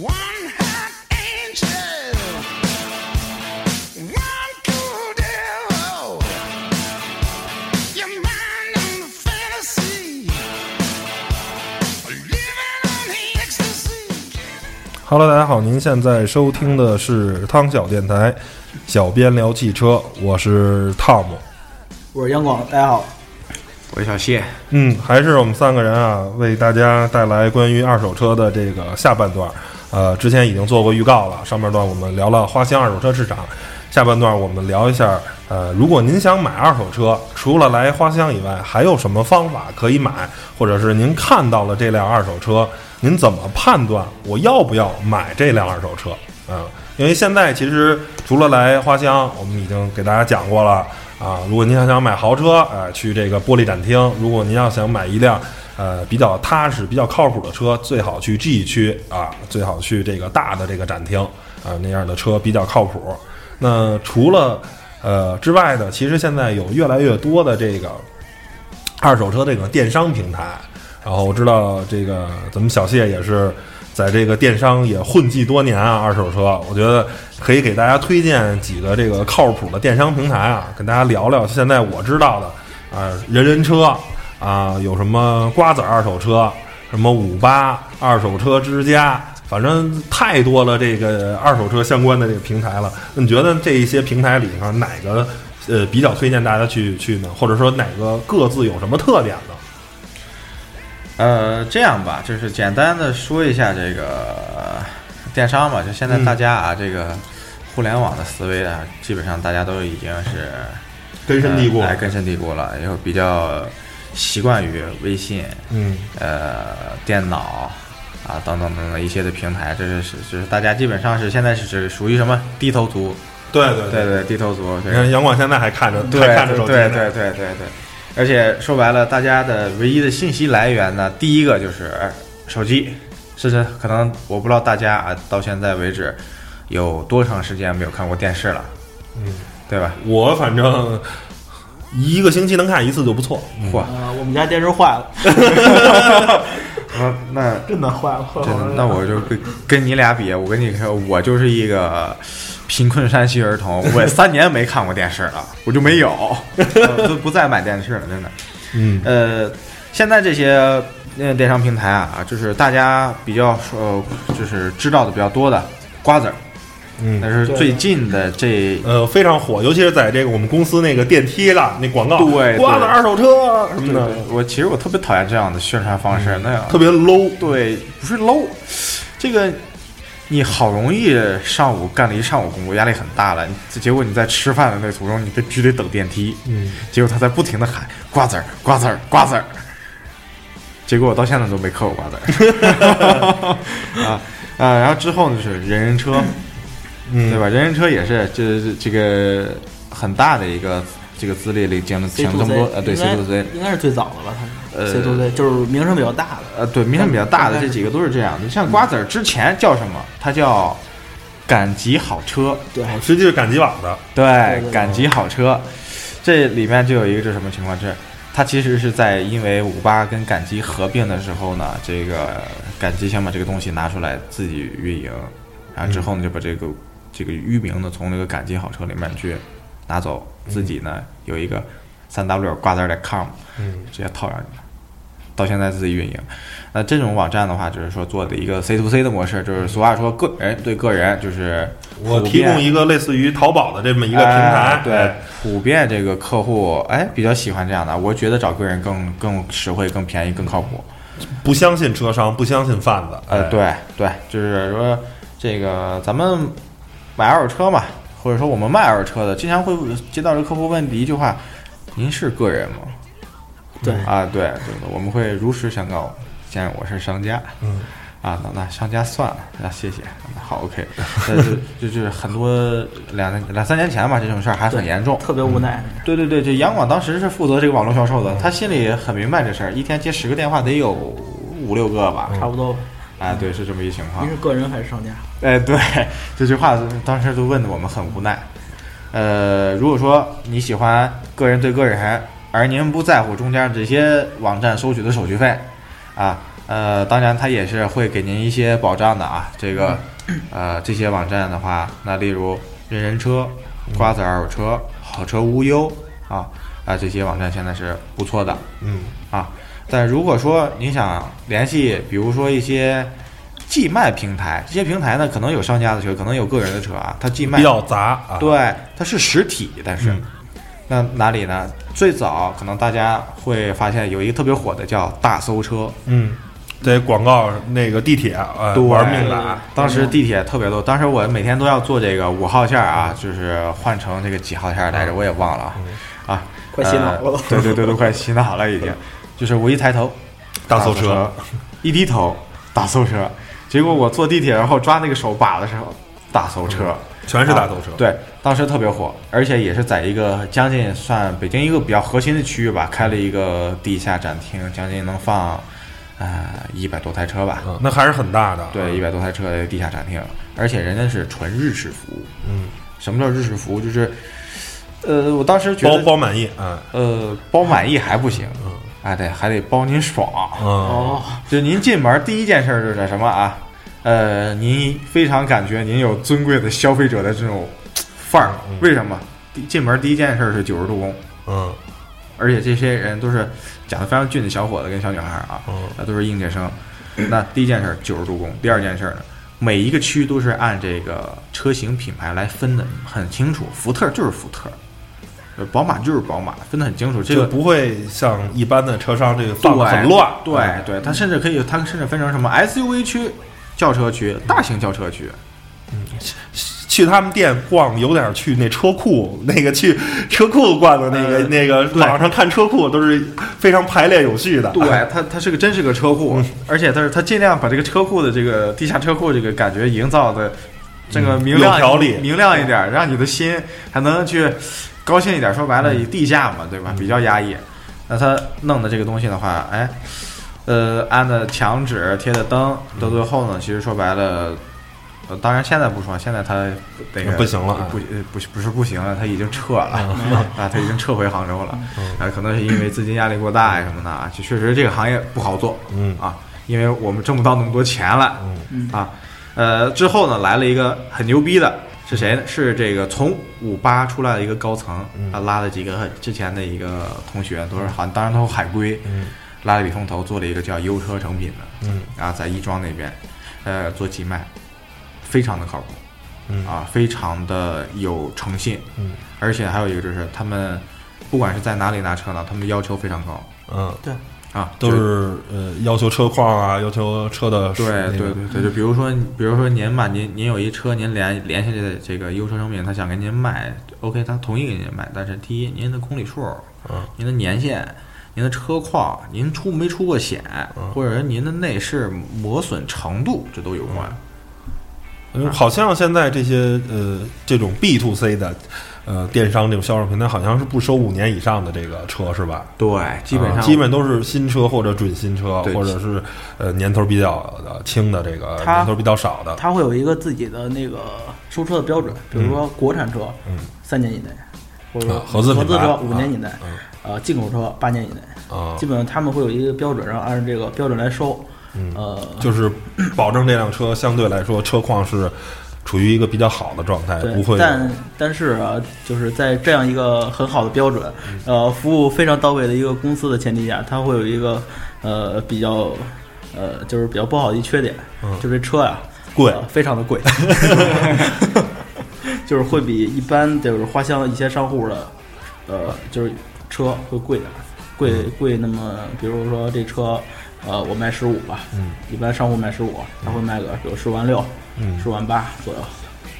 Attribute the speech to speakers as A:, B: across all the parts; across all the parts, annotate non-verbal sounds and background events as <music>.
A: One-hand angel, one cool devil. Your mind on fantasy, living on the ecstasy.
B: Hello，大家好，您现在收听的是汤小电台，小编聊汽车，我是汤姆。
C: 我是杨广，大家好。
D: 我是小谢，
B: 嗯，还是我们三个人啊，为大家带来关于二手车的这个下半段。呃，之前已经做过预告了，上半段我们聊了花乡二手车市场，下半段我们聊一下，呃，如果您想买二手车，除了来花乡以外，还有什么方法可以买，或者是您看到了这辆二手车，您怎么判断我要不要买这辆二手车？嗯，因为现在其实除了来花乡，我们已经给大家讲过了。啊，如果您要想买豪车，啊，去这个玻璃展厅；如果您要想买一辆，呃，比较踏实、比较靠谱的车，最好去 G 区啊，最好去这个大的这个展厅啊，那样的车比较靠谱。那除了呃之外呢，其实现在有越来越多的这个二手车这个电商平台。然后我知道这个咱们小谢也是在这个电商也混迹多年啊，二手车，我觉得可以给大家推荐几个这个靠谱的电商平台啊，跟大家聊聊现在我知道的啊、人人车啊、有什么瓜子二手车，什么五八二手车之家。反正太多了，这个二手车相关的这个平台了。那你觉得这一些平台里头哪个呃比较推荐大家去去呢？或者说哪个各自有什么特点呢？
D: 呃，这样吧，就是简单的说一下这个呃电商吧，就现在
B: 嗯
D: 大家啊，这个互联网的思维啊，基本上大家都已经是
B: 根深蒂固
D: 呃哎，根深蒂固了，也有比较习惯于微信、
B: 嗯
D: 呃电脑啊等等等等一些的平台，这是就是大家基本上是现在是是属于什么低头族，，
B: 对对
D: 对，对，低头族，
B: 你
D: 对。
B: 看杨广现在还看着，
D: 对
B: 还 <laughs> 看着手机
D: 对
B: 呢，
D: 对对对对，而且说白了，大家的唯一的信息来源呢，第一个就是手机，甚至可能我不知道大家啊，到现在为止有多长时间没有看过电视了，
B: 嗯，
D: 对吧？
B: 我反正一个星期能看一次就不错。
D: 嚯、
C: 呃，我们家电视坏了，
D: 那那
C: 真的坏了。坏
B: 哦
D: 真的
C: 了，
D: 那我就跟跟你俩比，我跟你说，我就是一个贫困山西儿童，我三年没看过电视了，我就没有，
B: <laughs>
D: 我都不再买电视了，真的。
B: 嗯
D: 呃，现在这些呃电商平台啊，就是大家比较说，就是知道的比较多的瓜子儿，那
B: 嗯，
D: 是
C: 对
D: 最近的这
B: 呃，非常火，尤其是在这个我们公司那个电梯了那广告，
D: 对对
B: 瓜子二手车什么
D: 对
B: 的，
D: 我其实我特别讨厌这样的宣传方式，那样
B: 嗯特别 low。
D: 对，不是 low，这个你好容易上午干了一上午工作，压力很大了，你结果你在吃饭的那途中，你得必须得等电梯，
B: 嗯，
D: 结果他在不停的喊瓜子儿瓜子儿瓜子儿，结果我到现在都没嗑过瓜子儿， <laughs> 啊啊，然后之后呢是人人车，
B: 嗯
D: 对吧？人人车也是这这这个很大的一个这个资历里经了
C: 谁
D: 讲了这么多呃对 C to C
C: 应该是最早的吧？它
D: 呃
C: 是 C to C 就是名声比较大的。
D: 呃，对，名声比较大的这几个都是这样的。像瓜子儿之前叫什么？它叫赶集好车，
C: 对，
B: 实际是赶集网的，
D: 对
C: 对，
D: 赶集好车。这里面就有一个是什么情况？是它其实是在因为五八跟赶集合并的时候呢，这个赶集想把这个东西拿出来自己运营，然后之后呢就把这个这个域名呢从这个赶集好车里面去拿走，自己呢有一个三 w 挂单点 com，
B: 嗯
D: 直接套上去了，到现在自己运营。那这种网站的话，就是说做的一个 C to C 的模式，就是俗话说个人对个人，就是
B: 我
D: 普
B: 提供
D: 遍
B: 一个类似于淘宝的这么一个平
D: 哎
B: 台，
D: 对，普遍这个客户哎比较喜欢这样的，我觉得找个人更更实惠、更便宜、更靠谱。
B: 不相信车商，不相信贩子，
D: 呃
B: 哎，，
D: 对对，就是说这个咱们买二手车嘛，或者说我们卖二手车的，经常会接到这客户问第一句话：“您是个人吗？”
C: 对
D: 啊，对对的，我们会如实相告，先生我是商家。
B: 嗯，
D: 啊，那那商家算了，那谢谢，那好，OK。但是就是很多两两三年前吧，这种事儿还很严重。
C: 特别无奈。
D: 对对对，这杨广当时是负责这个网络销售的，他心里很明白这事儿，一天接十个电话得有五六个吧。
C: 差不多吧，
D: 啊，对，是这么一情况
C: 您。是个人还是商家？
D: 哎，对，这句话当时都问的我们很无奈。呃，如果说你喜欢个人对个人，而您不在乎中间这些网站收取的手续费，啊，呃，当然它也是会给您一些保障的啊。这个，呃，这些网站的话，那例如认人车、瓜子二手车、好车无忧啊啊，这些网站现在是不错的
B: 嗯
D: 啊。但如果说你想联系，比如说一些寄卖平台，这些平台呢，可能有商家的车，可能有个人的车啊，它寄卖
B: 比较杂啊，
D: 对，它是实体，但是、
B: 嗯
D: 那哪里呢？最早可能大家会发现有一个特别火的叫大搜车，
B: 嗯，这广告那个地铁呃
D: 对
B: 玩命打，
D: 当时地铁特别多，当时我每天都要坐这个五号线啊，就是换成这个几号线来着，我也忘了啊
B: 嗯
D: 啊，
C: 快洗脑了
D: 呃对对对，都快洗脑了
B: <laughs>
D: 已经。就是我一抬头，
B: 大搜
D: 搜
B: 车，
D: 一低头大搜车，结果我坐地铁然后抓那个手把的时候，大搜车。
B: 嗯全是大头车，
D: 啊对，当时特别火，而且也是在一个将近算北京一个比较核心的区域吧，开了一个地下展厅，将近能放呃一百多台车吧。
B: 嗯那还是很大的，嗯
D: 对，一百多台车的地下展厅，而且人家是纯日式服务。
B: 嗯，
D: 什么叫日式服务？就是，呃，我当时觉
B: 包嗯
D: 得，
B: 包满意，嗯
D: 呃，包满意还不行，哎，对，还得包您爽。
B: 嗯，
C: <laughs> 哦，
D: 就您进门第一件事儿就是什么啊？呃，您非常感觉您有尊贵的消费者的这种范儿
B: 嗯，
D: 为什么？第进门第一件事儿是九十度躬，
B: 嗯
D: 而且这些人都是长得非常俊的小伙子跟小女孩儿啊，
B: 嗯
D: 那都是应届生。那第一件事九十度躬，第二件事呢，每一个区都是按这个车型品牌来分的，很清楚。福特就是福特，呃宝马就是宝马，分得很清楚。这
B: 就
D: 个
B: 不会像一般的车商这个
D: 对
B: 放的很乱，哎
D: 对对，它甚至可以，它甚至分成什么 SUV 区、轿车区、大型轿车区。
B: 去他们店逛，有点去那车库，那个去 <laughs> 车库逛的那个、
D: 呃
B: 那个
D: 对
B: 网上看车库都是非常排列有序的。哎
D: 对，哎它它是个真是个车库，
B: 嗯
D: 而且它是它尽量把这个车库的这个地下车库这个感觉营造的这个明
B: 嗯
D: 亮、
B: 有条理
D: 明亮一点，让你的心还能去高兴一点。说白
B: 嗯
D: 了，地下嘛，对吧？比较压抑。那它弄的这个东西的话，哎，呃，安的墙纸、贴的灯，
B: 嗯
D: 到最后呢，其实说白了。呃，当然现在不说，现在它那个
B: 不行了啊
D: 不呃不是不是不行了，它已经撤了
B: 嗯
D: <laughs> 啊，它已经撤回杭州了啊，可能是因为资金压力过大呀什么的啊，就确实这个行业不好做
B: 嗯
D: 啊，因为我们挣不到那么多钱了
C: 嗯
D: 啊，呃，之后呢来了一个很牛逼的，是谁呢？是这个从五八出来的一个高层，
B: 嗯
D: 他拉了几个之前的一个同学，都是好像当然都是海归，
B: 嗯
D: 拉了笔风投做了一个叫优车成品的，
B: 嗯
D: 啊，在亦庄那边，呃，做寄卖，非常的靠谱，
B: 嗯
D: 啊，非常的有诚信，
B: 嗯，
D: 而且还有一个就是他们不管是在哪里拿车呢，他们要求非常高
B: 嗯，
C: 对，
D: 啊，
B: 都
D: 就是
B: 呃要求车况啊，要求车的那
D: 对
B: 个
D: 对对对，就比如说比如说您嘛，您您有一车，您联联系这这个优车成品，他想给您卖，OK，他同意给您卖，但是第一，您的公里数，
B: 嗯
D: 您的年限。您的车况，您出没出过险，
B: 嗯
D: 或者您的内饰磨损程度，这都有关。
B: 嗯，好像现在这些呃这种 B to C 的呃电商这种销售平台，好像是不收五年以上的这个车是吧？
D: 对，基本上、
B: 啊基本都是新车或者准新车，
D: 对
B: 或者是呃年头比较呃轻的这个
C: 它
B: 年头比较少的，
C: 它会有一个自己的那个收车的标准，比如说国产车，
B: 嗯
C: 三年以内，或者说
B: 啊合资
C: 合
B: 品
C: 资
B: 牌
C: 车五年以内，
D: 啊
B: 嗯
C: 呃，进口车八年以内，
B: 啊
C: 基，本上他们会有一个标准，然后按照这个标准来收，
D: 嗯
C: 呃，
B: 就是保证这辆车相对来说车况是处于一个比较好的状态，
C: 对，
B: 不会有
C: 但但是啊，就是在这样一个很好的标准，
B: 嗯
C: 呃，服务非常到位的一个公司的前提下，它会有一个呃比较呃就是比较不好的一缺点，就这车呀、
B: 嗯贵
C: 呃非常的
B: <laughs>
C: 贵， <laughs> 就是会比一般就是花乡一些商户的呃就是车会贵点儿，贵
B: 嗯
C: 贵那么比如说这车。呃，我卖十五吧，嗯，一般商户卖十五，他会卖个有十万六，
B: 嗯
C: 十万八左右，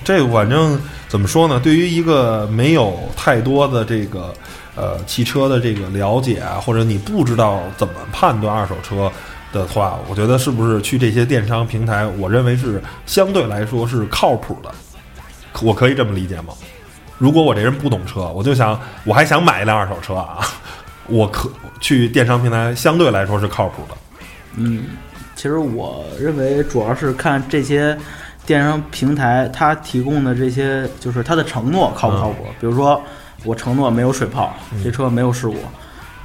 B: 这个反正怎么说呢？对于一个没有太多的这个呃汽车的这个了解啊，或者你不知道怎么判断二手车的话，我觉得是不是去这些电商平台，我认为是相对来说是靠谱的。我可以这么理解吗？如果我这人不懂车，我就想我还想买一辆二手车啊，我可去电商平台相对来说是靠谱的。
C: 嗯，其实我认为主要是看这些电商平台它提供的这些，就是它的承诺靠不靠谱。比如说，我承诺没有水泡，这车没有事故，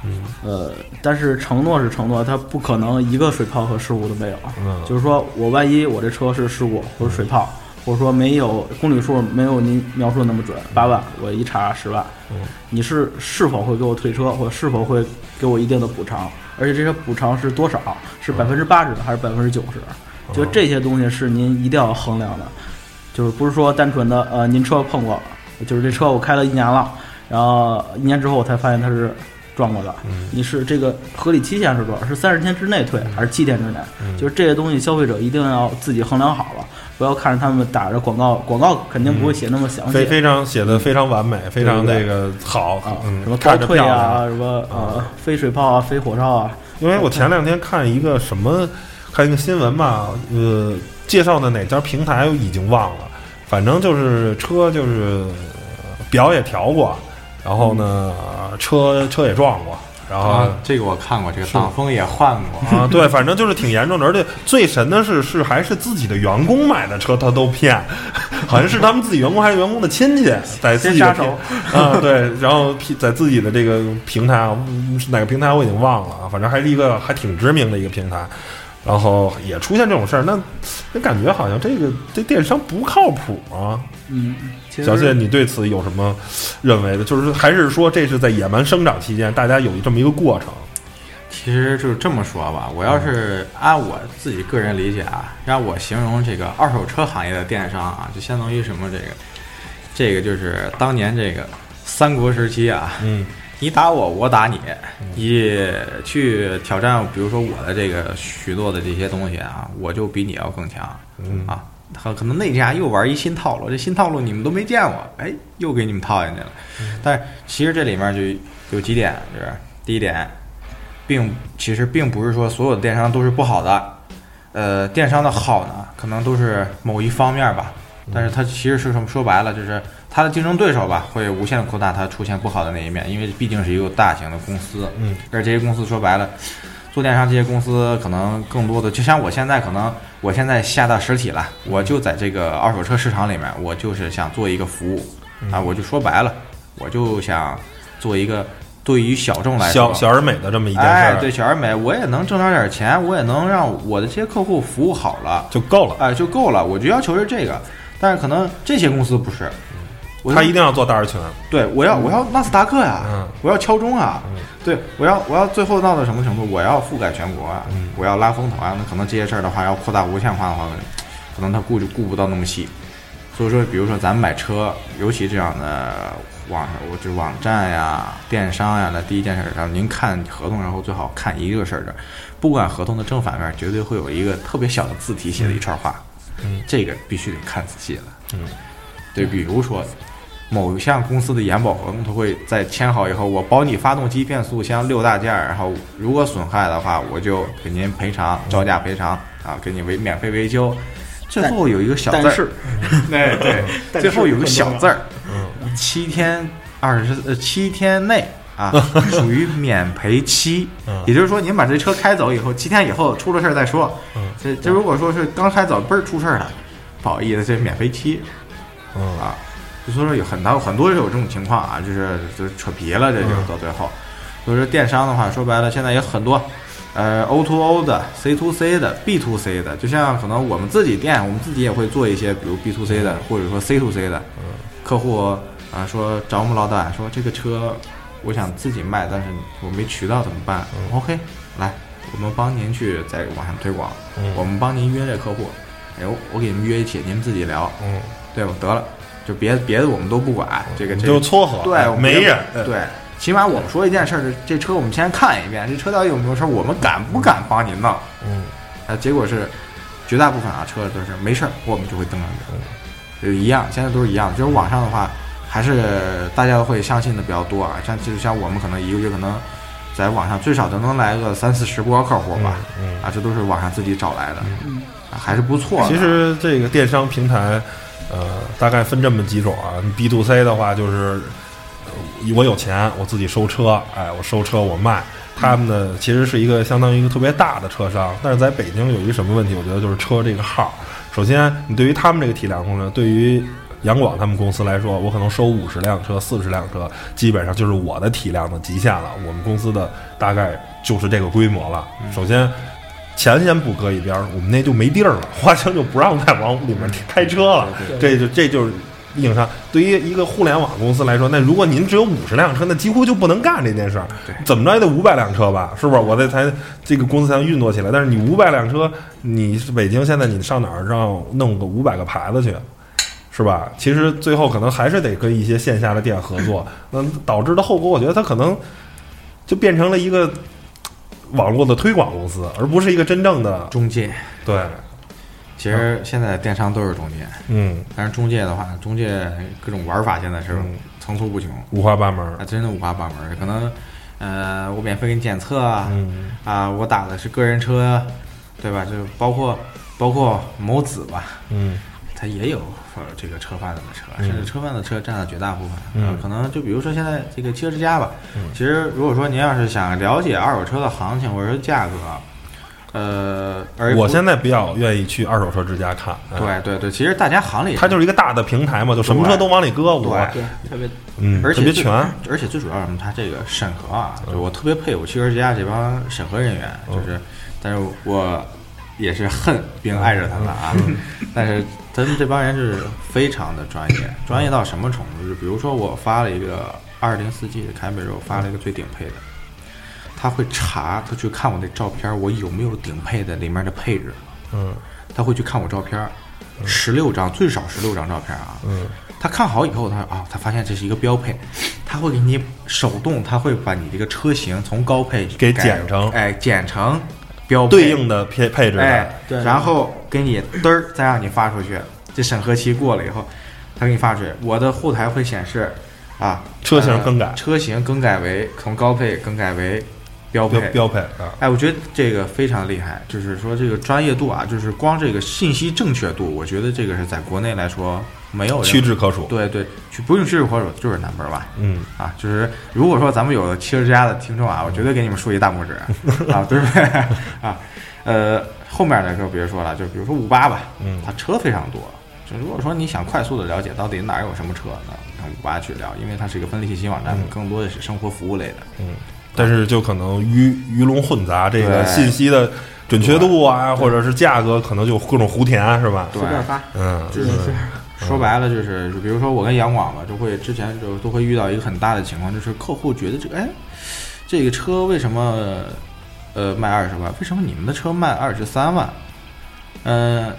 B: 嗯
C: 呃，但是承诺是承诺，它不可能一个水泡和事故都没有。
B: 嗯
C: 就是说我万一我这车是事故或者水泡，或者说没有公里数没有您描述的那么准，八万，我一查十万，你是是否会给我退车，或者是否会给我一定的补偿？而且这些补偿是多少？是百分之八十还是百分之九十？就这些东西是您一定要衡量的，就是不是说单纯的呃，您车碰过了，就是这车我开了一年了，然后一年之后我才发现它是撞过的。
B: 嗯
C: 你是这个合理期限是多少？是三十天之内退还是七天之内？
B: 嗯
C: 就是这些东西，消费者一定要自己衡量好了，不要看着他们打着广告，广告肯定不会写那么详
B: 非
C: 细。啊
B: 非常写的非常完美，非常
C: 对
B: 那
C: 对
B: 个好
C: 啊，，
B: 嗯
C: 什么，高
B: 看着
C: 退
B: 漂
C: 啊，
B: 亮。嗯
C: 什么呃飞水炮啊，飞火炮啊，
B: 因为我前两天看一个什么，看一个新闻吧，呃，介绍的哪家平台已经忘了，反正就是车就是呃表也调过，然后呢车车也撞过，然后。
D: 啊，这个我看过，这个挡风也换过，
B: 啊，对，反正就是挺严重的，而且最神的是，是还是自己的员工买的车，他都骗，好像是他们自己员工还是员工的亲戚，在自己的
C: 先杀手
B: 平啊，对，然后 P- 在自己的这个平台啊，嗯是哪个平台我已经忘了啊，反正还是一个还挺知名的一个平台，然后也出现这种事儿，那那感觉好像这个这电商不靠谱啊。
C: 嗯，其实
B: 小谢，你对此有什么认为的？就是还是说这是在野蛮生长期间，大家有这么一个过程？
D: 其实就是这么说吧，我要是
B: 嗯
D: 按我自己个人理解啊，让我形容这个二手车行业的电商啊，就相当于什么这个，这个就是当年这个三国时期啊，
B: 嗯
D: 你打我，我打你，你去挑战，比如说我的这个许诺的这些东西啊，我就比你要更强
B: 嗯
D: 啊。他可能那家又玩一新套路，这新套路你们都没见过，哎，又给你们套进去了。
B: 嗯
D: 但是其实这里面就有几点，就是第一点，并其实并不是说所有的电商都是不好的，呃，电商的好呢，可能都是某一方面吧，但是它其实是什么？说白了就是它的竞争对手吧，会无限扩大它出现不好的那一面，因为毕竟是一个大型的公司，
B: 嗯，
D: 而这些公司说白了，做电商这些公司可能更多的，就像我现在可能我现在下到实体了，我就在这个二手车市场里面，我就是想做一个服务
B: 嗯
D: 啊，我就说白了，我就想做一个对于小众来
B: 小
D: 说
B: 小而美的这么一件事儿，
D: 哎，对小而美，我也能挣着点钱，我也能让我的这些客户服务好了，
B: 就够了。
D: 哎，就够了。我就要求是这个，但是可能这些公司不是，我
B: 他
D: 就
B: 一定要做大而全，
D: 对我要我要纳斯达克呀、
B: 嗯
D: 我要敲钟啊，对我要我要最后闹到什么程度？我要覆盖全国啊，我要拉风投啊，那可能这些事儿的话要扩大无限化的话，可能他顾就顾不到那么细。所以说，比如说咱们买车，尤其这样的网上，我就是网站呀、电商呀，那第一件事儿，然后您看合同，然后最好看一个事儿的，不管合同的正反面，绝对会有一个特别小的字体写的一串话，
B: 嗯
D: 这个必须得看仔细了。
B: 嗯，
D: 对，比如说某项公司的延保合同，它会在签好以后，我保你发动机、变速箱六大件儿，然后如果损害的话，我就给您赔偿，照价赔偿啊，给你维免费维修。最后有一个小字
C: 但
D: 儿，
C: 是
D: <laughs> 对哎对，
C: 但
D: 最
C: 是
D: 后有个小字儿，
B: 嗯
D: 七天二十呃七天内啊，属于免赔期
B: 嗯，
D: 也就是说您把这车开走以后，七天以后出了事儿再说
B: 嗯。
D: 这这如果说是刚开走倍儿出事儿了，不好意思，这免赔期
B: 嗯，
D: 啊，就所以说有很多很多是有这种情况啊，就是就是扯皮了，这就到最后。所以说电商的话，说白了现在有很多，呃，O to O 的、C to C 的、B to C 的，就像可能我们自己店，我们自己也会做一些，比如 B to C 的，或者说 C to C 的，客户啊、说找我们老板说这个车我想自己卖，但是我没渠道怎么办、o k 来，我们帮您去在网上推广，
B: 嗯
D: 我们帮您约这客户，哎呦，我给你们约一起，您们自己聊，
B: 嗯，
D: 对吧？得了，就别别的我们都不管，这个
B: 你
D: 这
B: 就
D: 个
B: 撮合，
D: 对我们
B: 没
D: 别
B: 人，
D: 对。起码我们说一件事儿，这车我们先看一遍，这车到底有没有事儿，我们敢不敢帮您弄？
B: 嗯，
D: 啊，结果是绝大部分啊车都是没事儿，我们就会登上去，就一样，现在都是一样，就是网上的话，还是大家会相信的比较多啊，像就是像我们可能一个月可能在网上最少都能来个三四十波客户吧，
B: 嗯
D: 啊，这都是网上自己找来的，啊还是不错的。
B: 其实这个电商平台，呃，大概分这么几种啊。B to C 的话，就是呃我有钱，我自己收车，哎，我收车我卖。他们呢，其实是一个相当于一个特别大的车商，但是在北京有一个什么问题？我觉得就是车这个号儿。首先，你对于他们这个体量控制，对于杨广他们公司来说，我可能收五十辆车、四十辆车，基本上就是我的体量的极限了。我们公司的大概就是这个规模了。首先。钱先不搁一边儿，我们那就没地儿了， <laughs> 花香就不让再往里面开车了。这就这就是硬伤。对于一个互联网公司来说，那如果您只有五十辆车，那几乎就不能干这件事儿。怎么着也得五百辆车吧，是不是？我这才这个公司才能运作起来。但是你五百辆车，你是北京现在你上哪儿让弄个五百个牌子去？是吧？其实最后可能还是得跟一些线下的店合
D: <laughs>
B: 作，那导致的后果，我觉得它可能就变成了一个网络的推广公司，而不是一个真正的
D: 中介，
B: 对，
D: 其实现在电商都是中介，
B: 嗯，
D: 但是中介的话，中介各种玩法现在是
B: 嗯
D: 层出不穷，
B: 五花八门儿
D: 啊，，真的五花八门儿。可能，呃，我免费给你检测啊，
B: 嗯
D: 啊，我打的是个人车，对吧？就包括包括某子吧，
B: 嗯
D: 它也有呃这个车贩子的车，
B: 嗯
D: 甚至车贩子的车占了绝大部分。
B: 嗯
D: 呃可能就比如说现在这个汽车之家吧，其实如果说您要是想了解二手车的行情或者说价格，呃，而
B: 我
D: 不
B: 现在比较愿意去二手车之家看，哎，
D: 对对对，其实大家行里
B: 它就是一个大的平台嘛，就什么车都往里搁，我
C: 对，
D: 对
C: 特别
B: 嗯，
D: 而且
B: 特别
D: 最
B: 全，，
D: 而且最主要是什么？他这个审核啊，就是我特别佩服汽车之家这帮审核人员，
B: 嗯
D: 就是，但是我也是恨并爱着他们啊。
B: 嗯
D: <laughs> 但是他们这帮人是非常的专业，专业到什么程度？就比如说我发了一个二零四 G 的凯美瑞，我发了一个最顶配的，他会查，他去看我那照片，我有没有顶配的里面的配置，
B: 嗯
D: 他会去看我照片，十六张最少十六张照片啊。
B: 嗯，
D: 他看好以后，他说啊，他发现这是一个标配，他会给你手动，他会把你这个车型从高配
B: 给
D: 改
B: 剪成
D: 哎，剪成标配
B: 对应的配配置的
D: 哎，，
C: 对
D: 然后给你嘚儿再让你发出去，这审核期过了以后，他给你发出去，我的后台会显示啊，
B: 车型
D: 呃
B: 更改
D: 车型更改为从高配更改为标
B: 标
D: 配，
B: 标配啊，
D: 哎，我觉得这个非常厉害，就是说这个专业度啊，就是光这个信息正确度，我觉得这个是在国内来说没有人
B: 屈指可数，
D: 对对，去不用屈指可数，就是 number one。
B: 嗯，
D: 啊，就是如果说咱们有了汽车之家的听众啊，我绝对给你们竖一大拇指啊，对不对？ <laughs> 啊，呃，后面的就别说了，就比如说五八吧，
B: 嗯
D: 它车非常多。就如果说你想快速的了解到底哪儿有什么车呢，那五八去聊，因为它是一个分类信息网站，更多的是生活服务类的。
B: 但是就可能鱼鱼龙混杂，这个
D: 对
B: 信息的准确度啊，或者是价格，可能就各种胡填，是吧？
D: 对
C: 随便发，
B: 嗯，
D: 就是说白了就是，就比如说我跟杨广吧，就会之前就都会遇到一个很大的情况，就是客户觉得这个哎，这个车为什么呃卖二十万？为什么你们的车卖二十三万？嗯、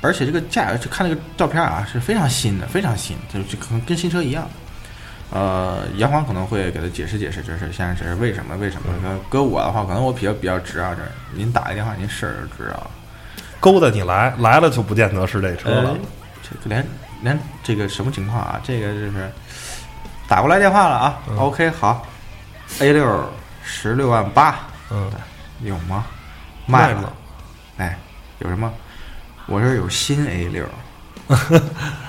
D: 而且这个价格，就看这个照片啊，是非常新的，非常新，就就可能跟新车一样。呃，杨广可能会给他解释解释，这是现在这是为什么？为什么？搁我的话，可能我比较比较直啊，这您打一电话，您事儿就知道了。
B: 勾搭你来，来了就不见得是这车了
D: 呃。，这个连连这个什么情况啊？这个就是打过来电话了啊。OK，好，A 六十六万八
B: 嗯，
D: 有吗？卖
B: 卖了
D: 哎，有什么？我这儿有新 A 六，
B: <laughs>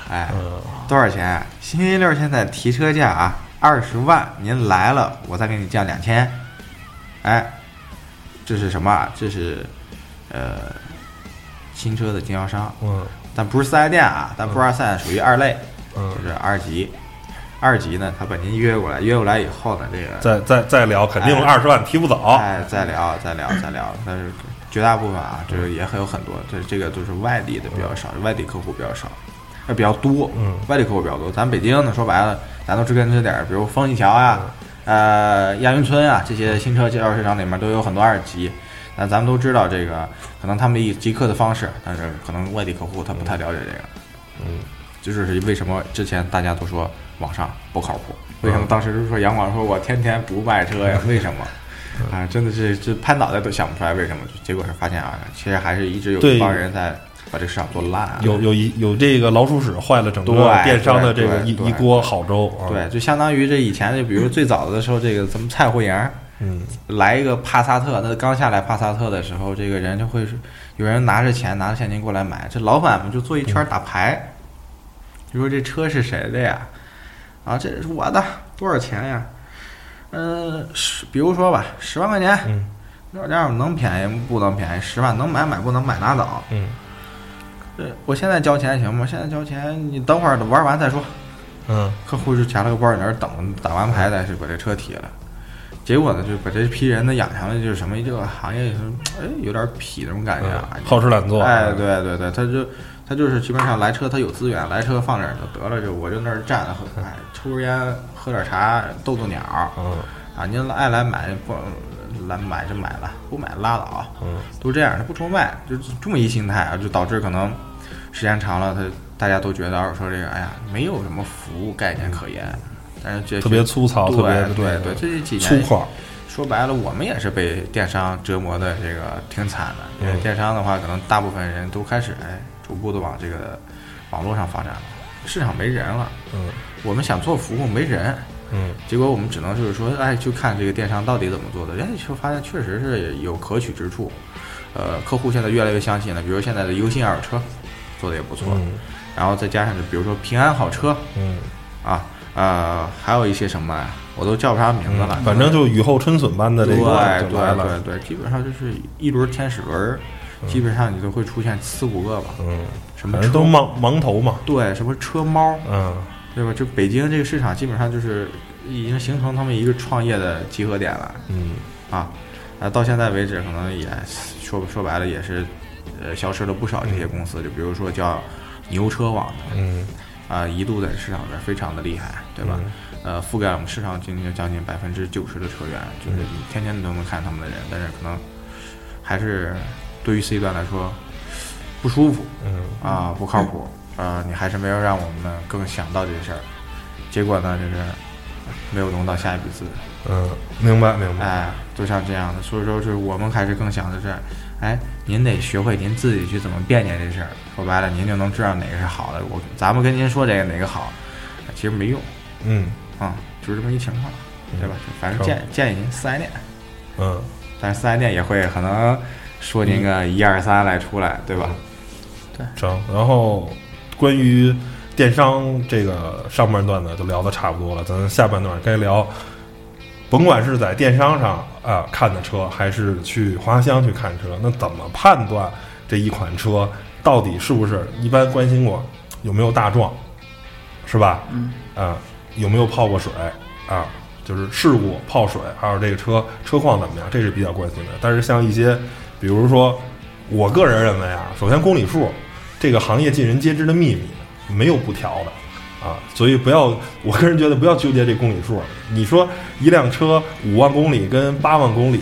D: 哎，
B: 嗯
D: 多少钱？啊新 A 六现在提车价啊二十万，您来了我再给你降两千，哎，这是什么啊？这是呃新车的经销商，
B: 嗯
D: 但不是四 S 店啊，但不是二四 S 属于二类，
B: 嗯
D: 就是二级。二级呢，他把您约过来，约过来以后呢，这个
B: 再再再聊，肯定
D: 哎
B: 二十万提不走。
D: 哎，再聊，再聊，再聊。但是绝大部分啊，就是也很有很多，这这个都是外地的比较少，外地客户比较少，呃，比较多。
B: 嗯
D: 外地客户比较多。咱北京呢，说白了，咱都知根知底儿，比如丰益桥啊，
B: 嗯
D: 呃，亚运村啊，这些新车介绍市场里面都有很多二级。那咱们都知道这个，可能他们以极客的方式，但是可能外地客户他不太了解这个。
B: 嗯，
D: 这就是为什么之前大家都说网上不靠谱，
B: 嗯
D: 为什么当时就说杨广说我天天不卖
B: <laughs>
D: 车呀？为什么？
B: 嗯
D: 啊，真的是这拍脑袋都想不出来为什么，结果是发现啊，其实还是一直有
B: 对
D: 一帮人在把这市场做烂、啊。
B: 有有一有这个老鼠屎坏了整个
D: 对
B: 电商的这个
D: 对
B: 一
D: 对
B: 一锅好粥啊。
D: 对，，就相当于这以前，就比如最早的时候，这个咱们蔡慧莹，
B: 嗯，
D: 来一个帕萨特，那刚下来帕萨特的时候，这个人就会是有人拿着钱拿着现金过来买，这老板们就坐一
B: 嗯
D: 圈打牌，就说这车是谁的呀？啊，这是我的，多少钱呀？嗯，十，比如说吧，十万块钱，
B: 嗯
D: 这玩意儿能便宜不能便宜？十万能买买，不能买拉倒。
B: 嗯，
D: 呃，我现在交钱行吗？现在交钱，你等会儿玩完再说。
B: 嗯，
D: 客户就夹了个包在那儿等，打完牌再是把这车提了。结果呢，就把这批人呢养成了就是什么这个行业，就是哎有点痞那种感觉啊，
B: 嗯好吃懒做，
D: 哎，对对对，他就他就是基本上来车他有资源，来车放这儿就得了，就我就那儿站着喝，哎，抽根烟，喝点茶，逗逗鸟儿
B: 嗯
D: 啊，您爱来买不来买就买了，不买拉倒，
B: 嗯，
D: 都这样，他不愁卖，就是这么一心态啊，就导致可能时间长了，他大家都觉得二手车这个，哎呀，没有什么服务概念可言，但是这
B: 特别粗糙，
D: 对
B: 特别
D: 对对，这几
B: 粗
D: 年
B: 犷，
D: 说白了，我们也是被电商折磨的这个挺惨的。因
B: 嗯
D: 为电商的话，可能大部分人都开始哎，逐步的往这个网络上发展了，市场没人了，
B: 嗯
D: 我们想做服务没人，
B: 嗯
D: 结果我们只能就是说，哎，就看这个电商到底怎么做的。哎，就发现确实是有可取之处。呃，客户现在越来越相信了，比如现在的优信二手车做的也不错，
B: 嗯
D: 然后再加上就比如说平安好车
B: 嗯，
D: 啊，呃，还有一些什么呀，我都叫不上名字了。
B: 嗯反正就雨后春笋般的这
D: 对
B: 个
D: 对
B: 就来了，
D: 对对，基本上就是一轮天使轮儿，基本上你都会出现四五个吧，
B: 嗯，
D: 什么
B: 反正
D: 车
B: 都盲盲头嘛，
D: 对什么车猫，
B: 嗯
D: 对吧？就北京这个市场基本上就是已经形成他们一个创业的集合点了
B: 嗯
D: 啊，啊，到现在为止可能也说说白了也是，呃，消失了不少这些公司，就比如说叫牛车网的，
B: 嗯
D: 啊，一度在市场里边非常的厉害，对吧？呃，覆盖我们市场经济将近百分之九十的车源，就是你天天都能看他们的人，但是可能还是对于 C 端来说不舒服
B: 嗯
D: 啊、不靠谱啊、你还是没有让我们更想到这些事儿。结果呢，就是没有融到下一笔资，
B: 嗯，明白明白，
D: 哎，就像这样的，所以说就是我们还是更想的是，哎，您得学会您自己去怎么辨别这事儿。说白了，您就能知道哪个是好的。我咱们跟您说这个哪个好，其实没用
B: 嗯
D: 啊、就是这么一情况，
C: 嗯
D: 对吧？反正
B: 好
D: 建建议您四 S 店，
B: 嗯，
D: 但是四 S 店也会可能说您
C: 嗯
D: 个一二三来出来，对吧？ <laughs>
B: 成。然后关于电商这个上半段呢，就聊的差不多了，咱下半段该聊，甭管是在电商上啊、看的车，还是去花乡去看车，那怎么判断这一款车到底是不是？一般关心过有没有大撞，是吧？
C: 嗯
B: 啊，有没有泡过水啊？就是事故、泡水，还有这个车车况怎么样，这是比较关心的。但是像一些，比如说，我个人认为啊，首先公里数这个行业尽人皆知的秘密，没有不调的啊，所以不要，我个人觉得不要纠结这公里数。你说一辆车五万公里跟八万公里。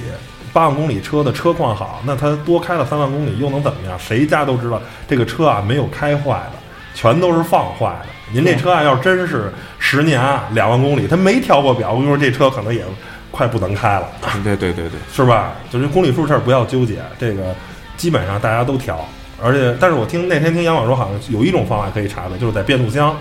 B: 八万公里车的车况好，那它多开了三万公里又能怎么样？谁家都知道这个车啊没有开坏的，全都是放坏的。您这车啊，要真是十年啊，两万公里，它没调过表，我跟你说，这车可能也快不能开了，
D: 对对对对，
B: 是吧？就是公里数事儿不要纠结，这个基本上大家都调。而且，但是我听那天听杨老说，好像有一种方法可以查的，就是在变速箱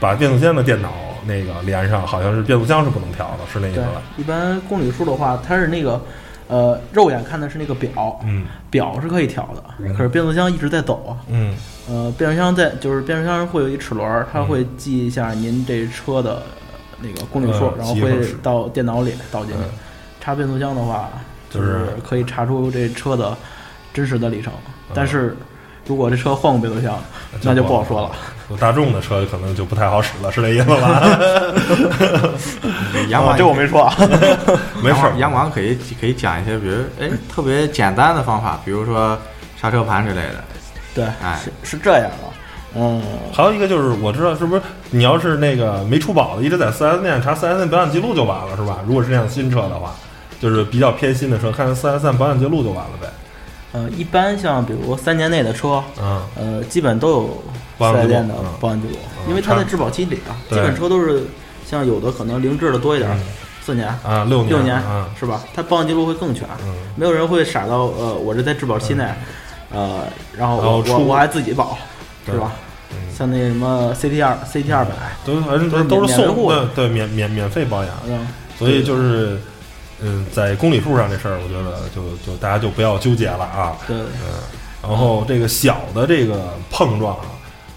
B: 把变速箱的电脑那个连上，好像是变速箱是不能调的，是那意思
C: 对
B: 吧？，
C: 一般公里数的话，它是那个呃肉眼看的是那个表，
B: 嗯
C: 表是可以调的，可是变速箱一直在抖啊。
B: 嗯
C: 呃，变速箱在就是变速箱会有一齿轮儿，它会记一下您这车的那个公里数，
B: 呃
C: 然后
B: 积分
C: 会
B: 是
C: 到电脑里导进去。插变速箱的话，
B: 就
C: 就是可以查出这车的真实的里程，但是如果这车换过变速箱，嗯那就不好说了。。
B: 有大众的车可能就不太好使了，是这意思吧？
C: <laughs>
D: 养马
C: 嗯这我没说啊。 <laughs>
B: 没事儿，
D: 杨广可以可以讲一些，比如哎特别简单的方法，比如说刹车盘之类的。
C: 对，
D: 哎
C: 是是这样的。嗯，
B: 还有一个就是，我知道是不是你要是那个没出保的，一直在 4S 店查 4S 店保养记录就完了，是吧？如果是辆新车的话，就是比较偏新的车，看 4S 店保养记录就完了呗。
C: 呃，一般像比如三年内的车，
B: 嗯
C: 呃，基本都有
B: 保
C: 四
B: 安记
C: S
B: 录
C: 店的
B: 嗯
C: 保安记录，
B: 嗯
C: 因为它
B: 差
C: 在质保期里啊，基
B: 对
C: 本车都是像有的可能零质的多一点儿
B: 嗯，
C: 四年、
B: 啊，六年，
C: 六年
B: 啊，
C: 是吧？它保安记录会更全，
B: 嗯
C: 没有人会傻到呃，我这在质保期内，呃，然后
B: 然后
C: 我我
B: 出
C: 我还自己保，
B: 对
C: 是吧？
B: 嗯
C: 像那什么 CT 二 CT 二百，
B: 都还是
C: 都是
B: 都是
C: 免
B: 送
C: 维护
B: 对
C: 的
B: 对免免免费保养，
C: 嗯，
B: 所以就是嗯，在公里数上这事儿，我觉得就就大家就不要纠结了啊。
C: 对，
B: 然后这个小的这个碰撞啊，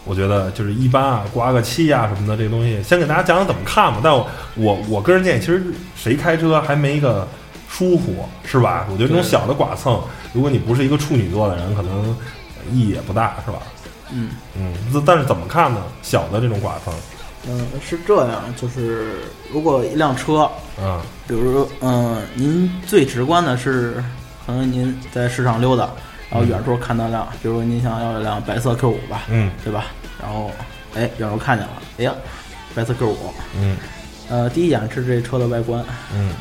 B: 我觉得就是一般啊，刮个漆啊什么的这东西，先给大家讲讲怎么看吧。但我我我个人建议，其实谁开车还没个疏忽是吧？我觉得这种小的剐蹭，如果你不是一个处女座的人，可能意义也不大是吧？
C: 嗯
B: 嗯，那但是怎么看呢？小的这种剐蹭
C: 嗯、呃是这样，就是如果一辆车，
B: 啊，
C: 比如说，嗯、您最直观的是，可能您在市场溜达，然后远处看到辆，比如说您想要一辆白色 Q 五吧，
B: 嗯
C: 对吧？然后，哎，远处看见了，哎呀，白色 Q 五，
B: 嗯
C: 呃，第一眼是这车的外观，
B: 嗯，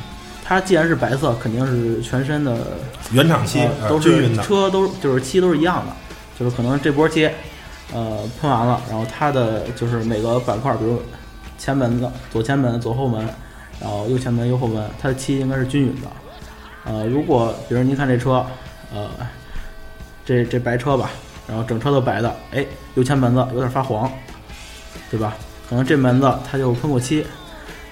C: 它既然是白色，肯定是全身的
B: 原厂漆
C: 呃都
B: 嗯均
C: 是
B: 匀的，
C: 车都是就是漆都是一样的，就是可能这波漆，呃，喷完了，然后它的就是每个板块，比如前门的左前门、左后门，然后右前门、右后门，它的漆应该是均匀的。呃，如果比如您看这车，呃，这这白车吧，然后整车都白的，哎，右前门子有点发黄，对吧？可能这门子它就喷过漆，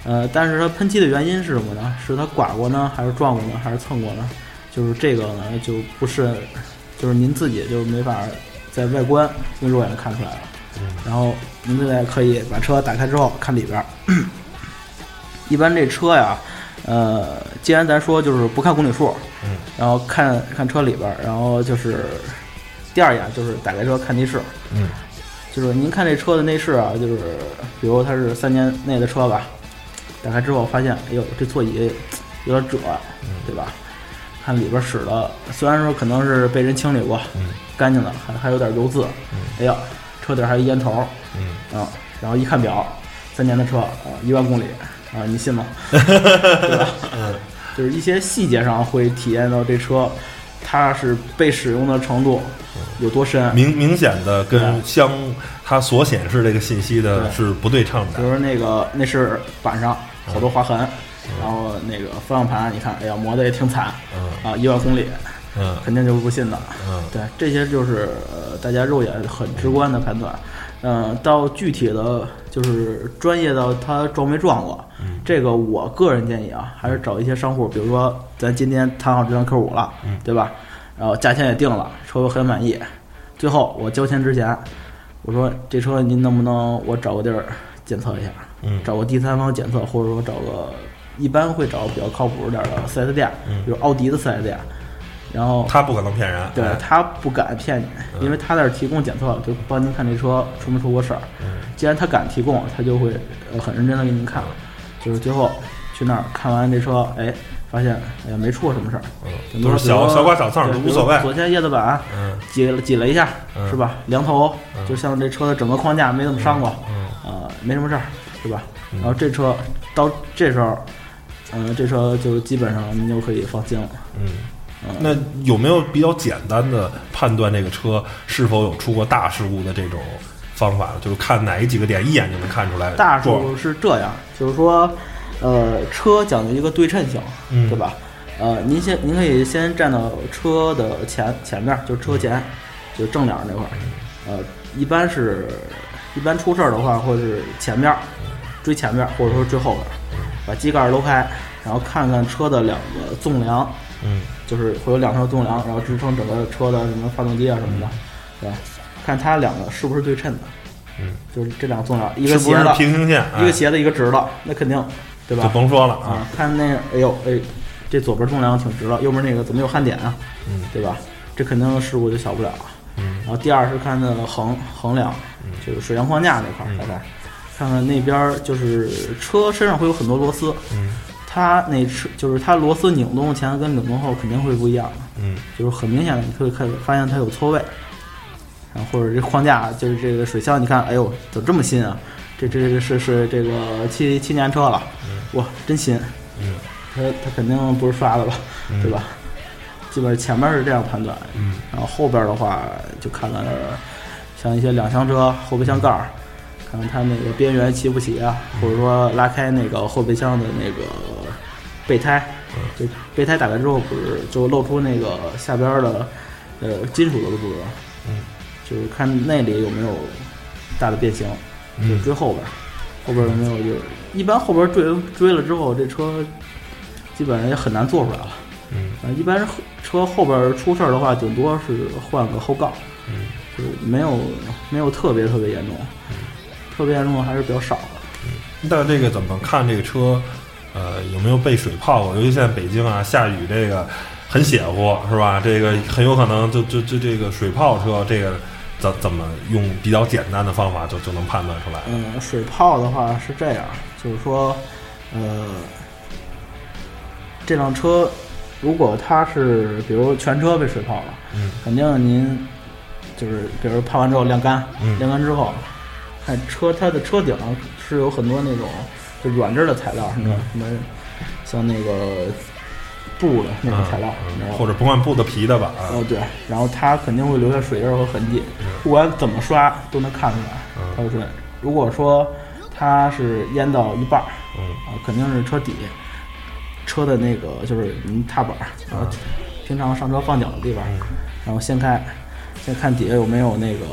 C: 呃，但是它喷漆的原因是什么呢？是它刮过呢，还是撞过呢，还是蹭过呢？就是这个呢，就不是，就是您自己就没法在外观用肉眼看出来了。然后您现在可以把车打开之后看里边儿。 <coughs> 一般这车呀，呃，既然咱说就是不看公里数，
B: 嗯，
C: 然后看看车里边儿，然后就是第二眼就是打开车看内饰，
B: 嗯，
C: 就是您看这车的内饰啊，就是比如它是三年内的车吧，打开之后发现，哎呦，这座椅有点褶，对吧？看里边使的，虽然说可能是被人清理过，干净了，还还有点油渍，哎呀，车底儿还有一烟头，
B: 嗯
C: 啊，然后一看表，三年的车啊，一万公里啊，你信吗？对吧？就是一些细节上会体验到这车它是被使用的程度有多深。啊
B: 明明显的跟
C: 对
B: 相它所显示这个信息的
C: 对
B: 是不对称
C: 比
B: 的，
C: 如那个内饰板上好多划痕，然后那个方向盘，你看，哎呀，磨的也挺惨，啊，一万公里，
B: 嗯
C: 肯定就是不信的。
B: 嗯
C: 对，这些就是呃大家肉眼很直观的判断。嗯、到具体的就是专业到他撞没撞过，
B: 嗯
C: 这个我个人建议啊，还是找一些商户，比如说咱今天谈好这辆 Q 五了，
B: 嗯
C: 对吧？然后价钱也定了，车友很满意。最后我交钱之前，我说这车您能不能我找个地儿检测一下？
B: 嗯
C: 找个第三方检测，或者说找个一般会找比较靠谱点儿的 4S 店，
B: 嗯
C: 比如奥迪的 4S 店。然后
B: 它不可能骗人，
C: 对
B: 哎
C: 他不敢骗你，因为他那儿提供检测，就帮您看这车出没出过事儿。
B: 嗯
C: 既然他敢提供，他就会呃很认真的给您看，就是最后去那儿看完这车，哎，发现哎呀没出过什么事儿，
B: 嗯都是小小刮小蹭
C: 对
B: 都无
C: 比如
B: 所谓
C: 左前叶子板
B: 嗯
C: 挤了挤了一下
B: 嗯，
C: 是吧？梁头就像这车的整个框架没怎么伤过，
B: 嗯
C: 呃，没什么事儿，是吧？然后这车到这时候，嗯，这车就基本上您就可以放心了。
B: 嗯那有没有比较简单的判断这个车是否有出过大事故的这种方法？就是看哪几个点一眼就能看出来。
C: 大
B: 数
C: 数是这样，就是说，呃，车讲究一个对称性，
B: 嗯
C: 对吧？呃，您先您可以先站到车的前前面，就是车前，就是正脸儿那块儿。呃，一般是，一般出事儿的话，或者是前面儿追前面儿，或者说追后边儿，把机盖儿搂开，然后看看车的两个纵梁，
B: 嗯
C: 就是会有两条纵梁，然后支撑整个车的什么发动机啊什么的，对吧？看它两个是不是对称的，
B: 嗯，
C: 就是这两个纵梁，一个
B: 是
C: 斜
B: 不是
C: 的，
B: 平行线？
C: 一
B: 哎
C: 个斜的，一个直的，那肯定，对
B: 就
C: 吧？
B: 甭说了
C: 啊，，看那，哎呦，哎，这左边重量挺直了，右边那个怎么有焊点啊？
B: 嗯，
C: 对吧？这肯定事故就小不了了。
B: 嗯，
C: 然后第二是看那个横横梁，就是水箱框架那块
B: 嗯
C: 儿，大概、看看那边儿就是车身上会有很多螺丝，
B: 嗯
C: 它那车就是它螺丝拧动前跟拧动后肯定会不一样的，
B: 嗯
C: 就是很明显的你会看发现它有错位，然后啊或者这框架就是这个水箱，你看，哎呦，怎么这么新啊？这这这是是这个七七年车了，哇，真新，
B: 嗯
C: 它它肯定不是刷的吧，对吧？基本上前面是这样判断，
B: 嗯
C: 然后后边的话就看看像一些两厢车后备箱盖儿，看看它那个边缘齐不齐啊，或者说拉开那个后备箱的那个备胎，
B: 嗯
C: 就备胎打开之后不是就露出那个下边儿的呃金属的部分，
B: 嗯，
C: 就是看那里有没有大的变形，就
B: 嗯
C: 追后边儿，后边儿有没有就是一般后边儿追追了之后，这车基本上也很难做出来了。
B: 嗯
C: 啊，一般是后车后边儿出事儿的话，顶多是换个后杠，
B: 嗯
C: 就是没有没有特别特别严重，特别严重的还是比较少的。
B: 那这个怎么看这个车？呃，有没有被水泡过？尤其现在北京啊，下雨这个很邪乎，是吧？这个很有可能就就就这个水泡车，这个怎怎么用比较简单的方法就就能判断出来？
C: 嗯，水泡的话是这样，就是说，呃，这辆车如果它是比如全车被水泡了，
B: 嗯
C: 肯定您就是比如泡完之后晾干，
B: 嗯
C: 晾干之后，看车它的车顶是有很多那种就软质的材料，什么、
B: 嗯
C: 什么像那个布的那种材料，然后
B: 啊嗯或者甭管布的皮的吧，啊
C: 哦，对，然后它肯定会留下水印儿和痕迹，不管怎么刷都能看出来
B: 嗯
C: 它有水。如果说它是淹到一半儿，
B: 嗯
C: 啊，肯定是车底，车的那个就是您踏板儿，然
B: 嗯
C: 后平常上车放脚的地方，然后掀开，先看底下有没有那个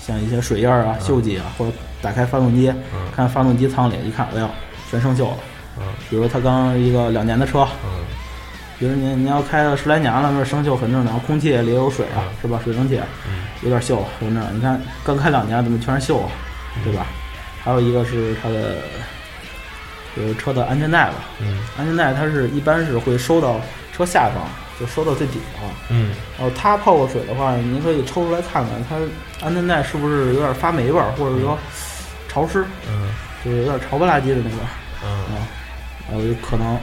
C: 像一些水印儿
B: 嗯
C: 啊、锈迹啊，或者打开发动机，看发动机舱里一看，哎呦，全生锈了。
B: 嗯
C: 比如它刚一个两年的车，
B: 嗯
C: 比如您您要开了十来年了，那生锈很正常，空气里也有水啊，是吧？水蒸气有点锈很正常。你看刚开两年怎么全是锈啊，对吧？还有一个是它的，就是车的安全带吧，
B: 嗯
C: 安全带它是一般是会收到车下方，就收到最底方。
B: 嗯
C: 然后它泡过水的话，您可以抽出来看看，它安全带是不是有点发霉味儿，或者说潮湿，
B: 嗯
C: 就是有点潮不拉几的那个。
B: 嗯
C: 啊，然后有可能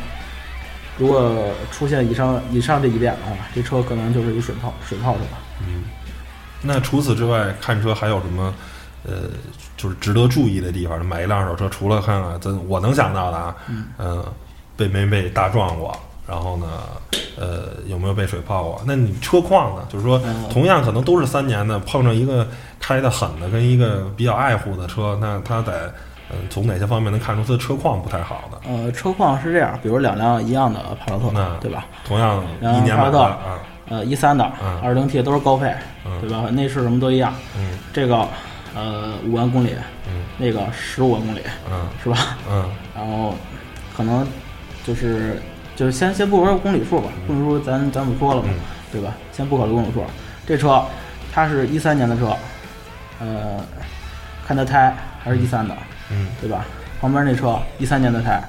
C: 如果出现以上以上这一点的话，这车可能就是一水泡水泡车了。
B: 嗯。那除此之外，看车还有什么？呃，就是值得注意的地方。买一辆二手车，除了看看咱我能想到的啊，嗯、被没被大撞过，然后呢，呃，有没有被水泡过？那你车况呢？就是说，
C: 嗯
B: 同样可能都是三年的，碰上一个开的狠的跟一个比较爱护的车，那他在嗯、从哪些方面能看出他的车况不太好的？
C: 呃，车况是这样，比如两辆一样的帕萨
B: 那
C: 特，对吧？？
B: 同样嗯
C: 然
B: 一
C: 后
B: 年
C: 帕
B: 买
C: 萨
B: 的
C: 特
B: 啊，
C: 呃，一三的
B: 嗯、
C: 二零 T 都是高配
B: 嗯，
C: 对吧？内饰什么都一样。
B: 嗯
C: 这个呃五万公里，
B: 嗯
C: 那个十五万公里，
B: 嗯
C: 是吧？
B: 嗯
C: 然后可能就是就是先先不说公里数吧，公里数咱咱不说了嘛，
B: 嗯
C: 对吧？先不考虑公里数，这车它是一三年的车，呃，看它胎还是一三的，
B: 嗯
C: 对吧？旁边那车一三年的胎，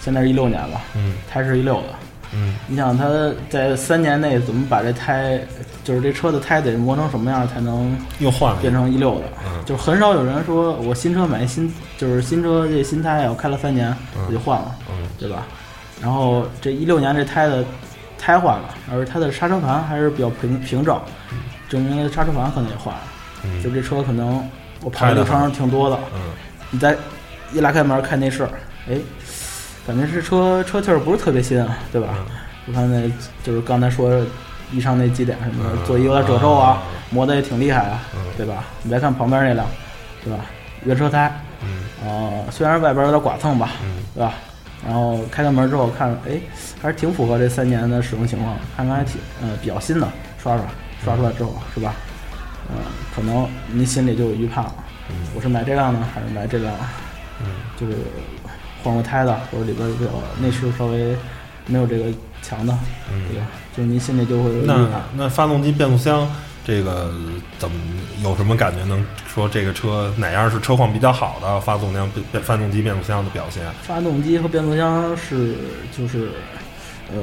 C: 现在是一六年了，
B: 嗯
C: 胎是一六的。
B: 嗯
C: 你想它在三年内怎么把这胎，就是这车的胎得磨成什么样才能
B: 又换了一
C: 变
B: 个，
C: 成一六的，
B: 嗯
C: 就是很少有人说我新车买新，就是新车这新胎啊我开了三年
B: 嗯
C: 我就换了，
B: 嗯
C: 对吧？然后这一六年这胎的胎换了，而它的刹车盘还是比较平平整，证明它的刹车盘可能也换了，
B: 嗯
C: 就这车可能我跑
B: 开得
C: 的里程挺多的，
B: 嗯
C: 你再一拉开门看内饰，哎，感觉这车车气儿不是特别新啊，对
B: 嗯
C: 吧？我看那就是刚才说以上那几点什么
B: 嗯
C: 的，座椅有点褶皱啊，磨得也挺厉害啊，
B: 嗯
C: 对吧？你再看旁边那辆，对吧？原车胎，
B: 嗯
C: 呃，虽然外边有点剐蹭吧，
B: 嗯
C: 对吧？然后开开门之后看，哎，还是挺符合这三年的使用情况，看看还挺，呃，比较新的，刷刷刷出来之后是吧？嗯、可能您心里就有预判了，我是买这辆呢，还是买这辆？
B: 嗯
C: 就是换过胎的，或者里边儿有内饰稍微没有这个强的，
B: 嗯
C: 对吧？就是您心里就会有预
B: 那
C: 判。
B: 那发动机、变速箱这个怎么有什么感觉？能说这个车哪样是车况比较好的？发动量、变发动机、变速箱的表现？
C: 发动机和变速箱是就是呃，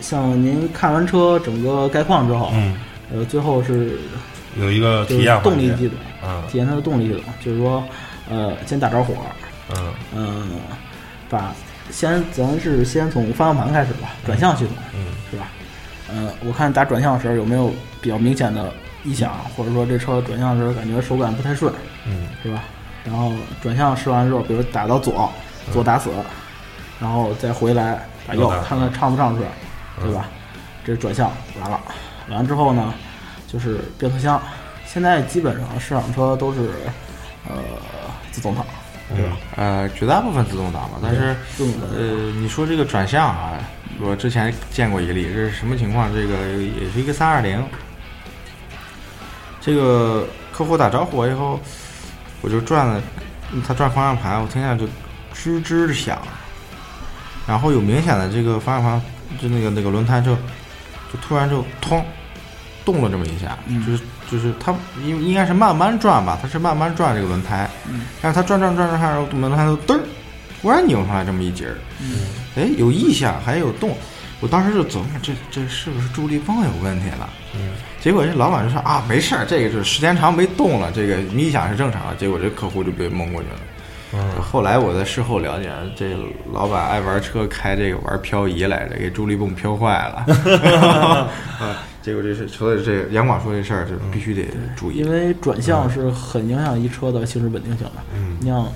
C: 像您看完车整个概况之后，
B: 嗯，
C: 呃，最后是
B: 有一个
C: 就
B: 体
C: 是
B: 验
C: 动
B: 环节
C: 力系统，
B: 嗯
C: 体验它的动力系统，就是说呃，先打着火，
B: 嗯
C: 嗯，把先咱是先从方向盘开始吧，转向系统，
B: 嗯
C: 是吧？呃，我看打转向的时候有没有比较明显的异响，或者说这车转向的时候感觉手感不太顺，
B: 嗯
C: 是吧？然后转向试完之后，比如打到左，左打死，然后再回来打
B: 嗯
C: 右
B: 右打，死嗯
C: 看看唱不唱顺，对吧？这转向完了，完了之后呢，就是变速箱。现在基本上市场车都是呃自动挡，对
B: 嗯
C: 吧？
D: 呃，绝大部分自动挡吧，但是
C: 自动挡
D: 呃，你说这个转向啊，我之前见过一例，这是什么情况？这个也是一个三二零，这个客户打着火以后，我就转了，他转方向盘，我听见就吱吱的响，然后有明显的这个方向盘就那个那个轮胎就就突然就通动了这么一下，就是就是它应应该是慢慢转吧，它是慢慢转这个轮胎，但是它转转转转，然后轮胎就嘚儿，忽然拧上来这么一截儿，哎，有异响，还有动，我当时就琢磨这这是不是助力泵有问题了？结果这老板就说啊，没事儿，这个就是时间长没动了，这个眯一下是正常的。结果这客户就被蒙过去了。后来我在事后了解，这老板爱玩车，开这个玩漂移来着，给助力泵漂坏了。啊，结果这是，所以这个杨广说这事儿就必须得注意
C: 因。为转向是很影响一车的行驶稳定性的。嗯，你像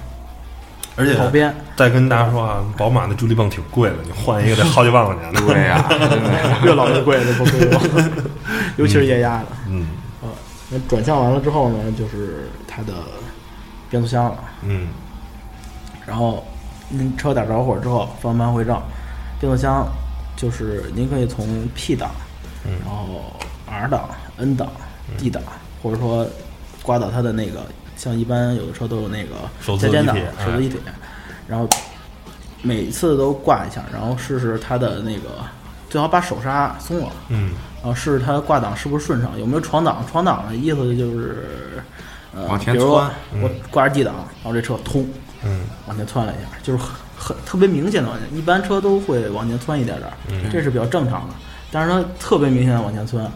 B: 而且
C: 跑边，
B: 再跟大家说啊，宝马的助力泵挺贵的，你换一个得好几万块钱呢。
D: 对啊呀、真的。
C: 越老越 <laughs> 贵，这不贵吗？尤其是液压的。
B: 嗯
C: 啊，那转向完了之后呢，就是它的变速箱了。
B: 嗯
C: 然后您车打着火之后方向盘回正，变速箱就是您可以从 P 档，然后 R 档、N 档、D 档，或者说刮到它的那个，像一般有的车都有那
B: 手
C: 个
B: 自
C: 加减档
B: 一体、
C: 手自一体，然后每次都挂一下，然后试试它的那个，最好把手刹松了。
B: 嗯，
C: 然后试试它挂档是不是顺畅，有没有闯档。闯档的意思就是，呃，
D: 往前
C: 比如说
D: 窜嗯
C: 我挂着 D 档，然后这车通，
B: 嗯，
C: 往前窜了一下，就是很很特别明显的往前，一般车都会往前窜一点点儿，
D: 嗯
C: 这是比较正常的。但是它特别明显的往前窜，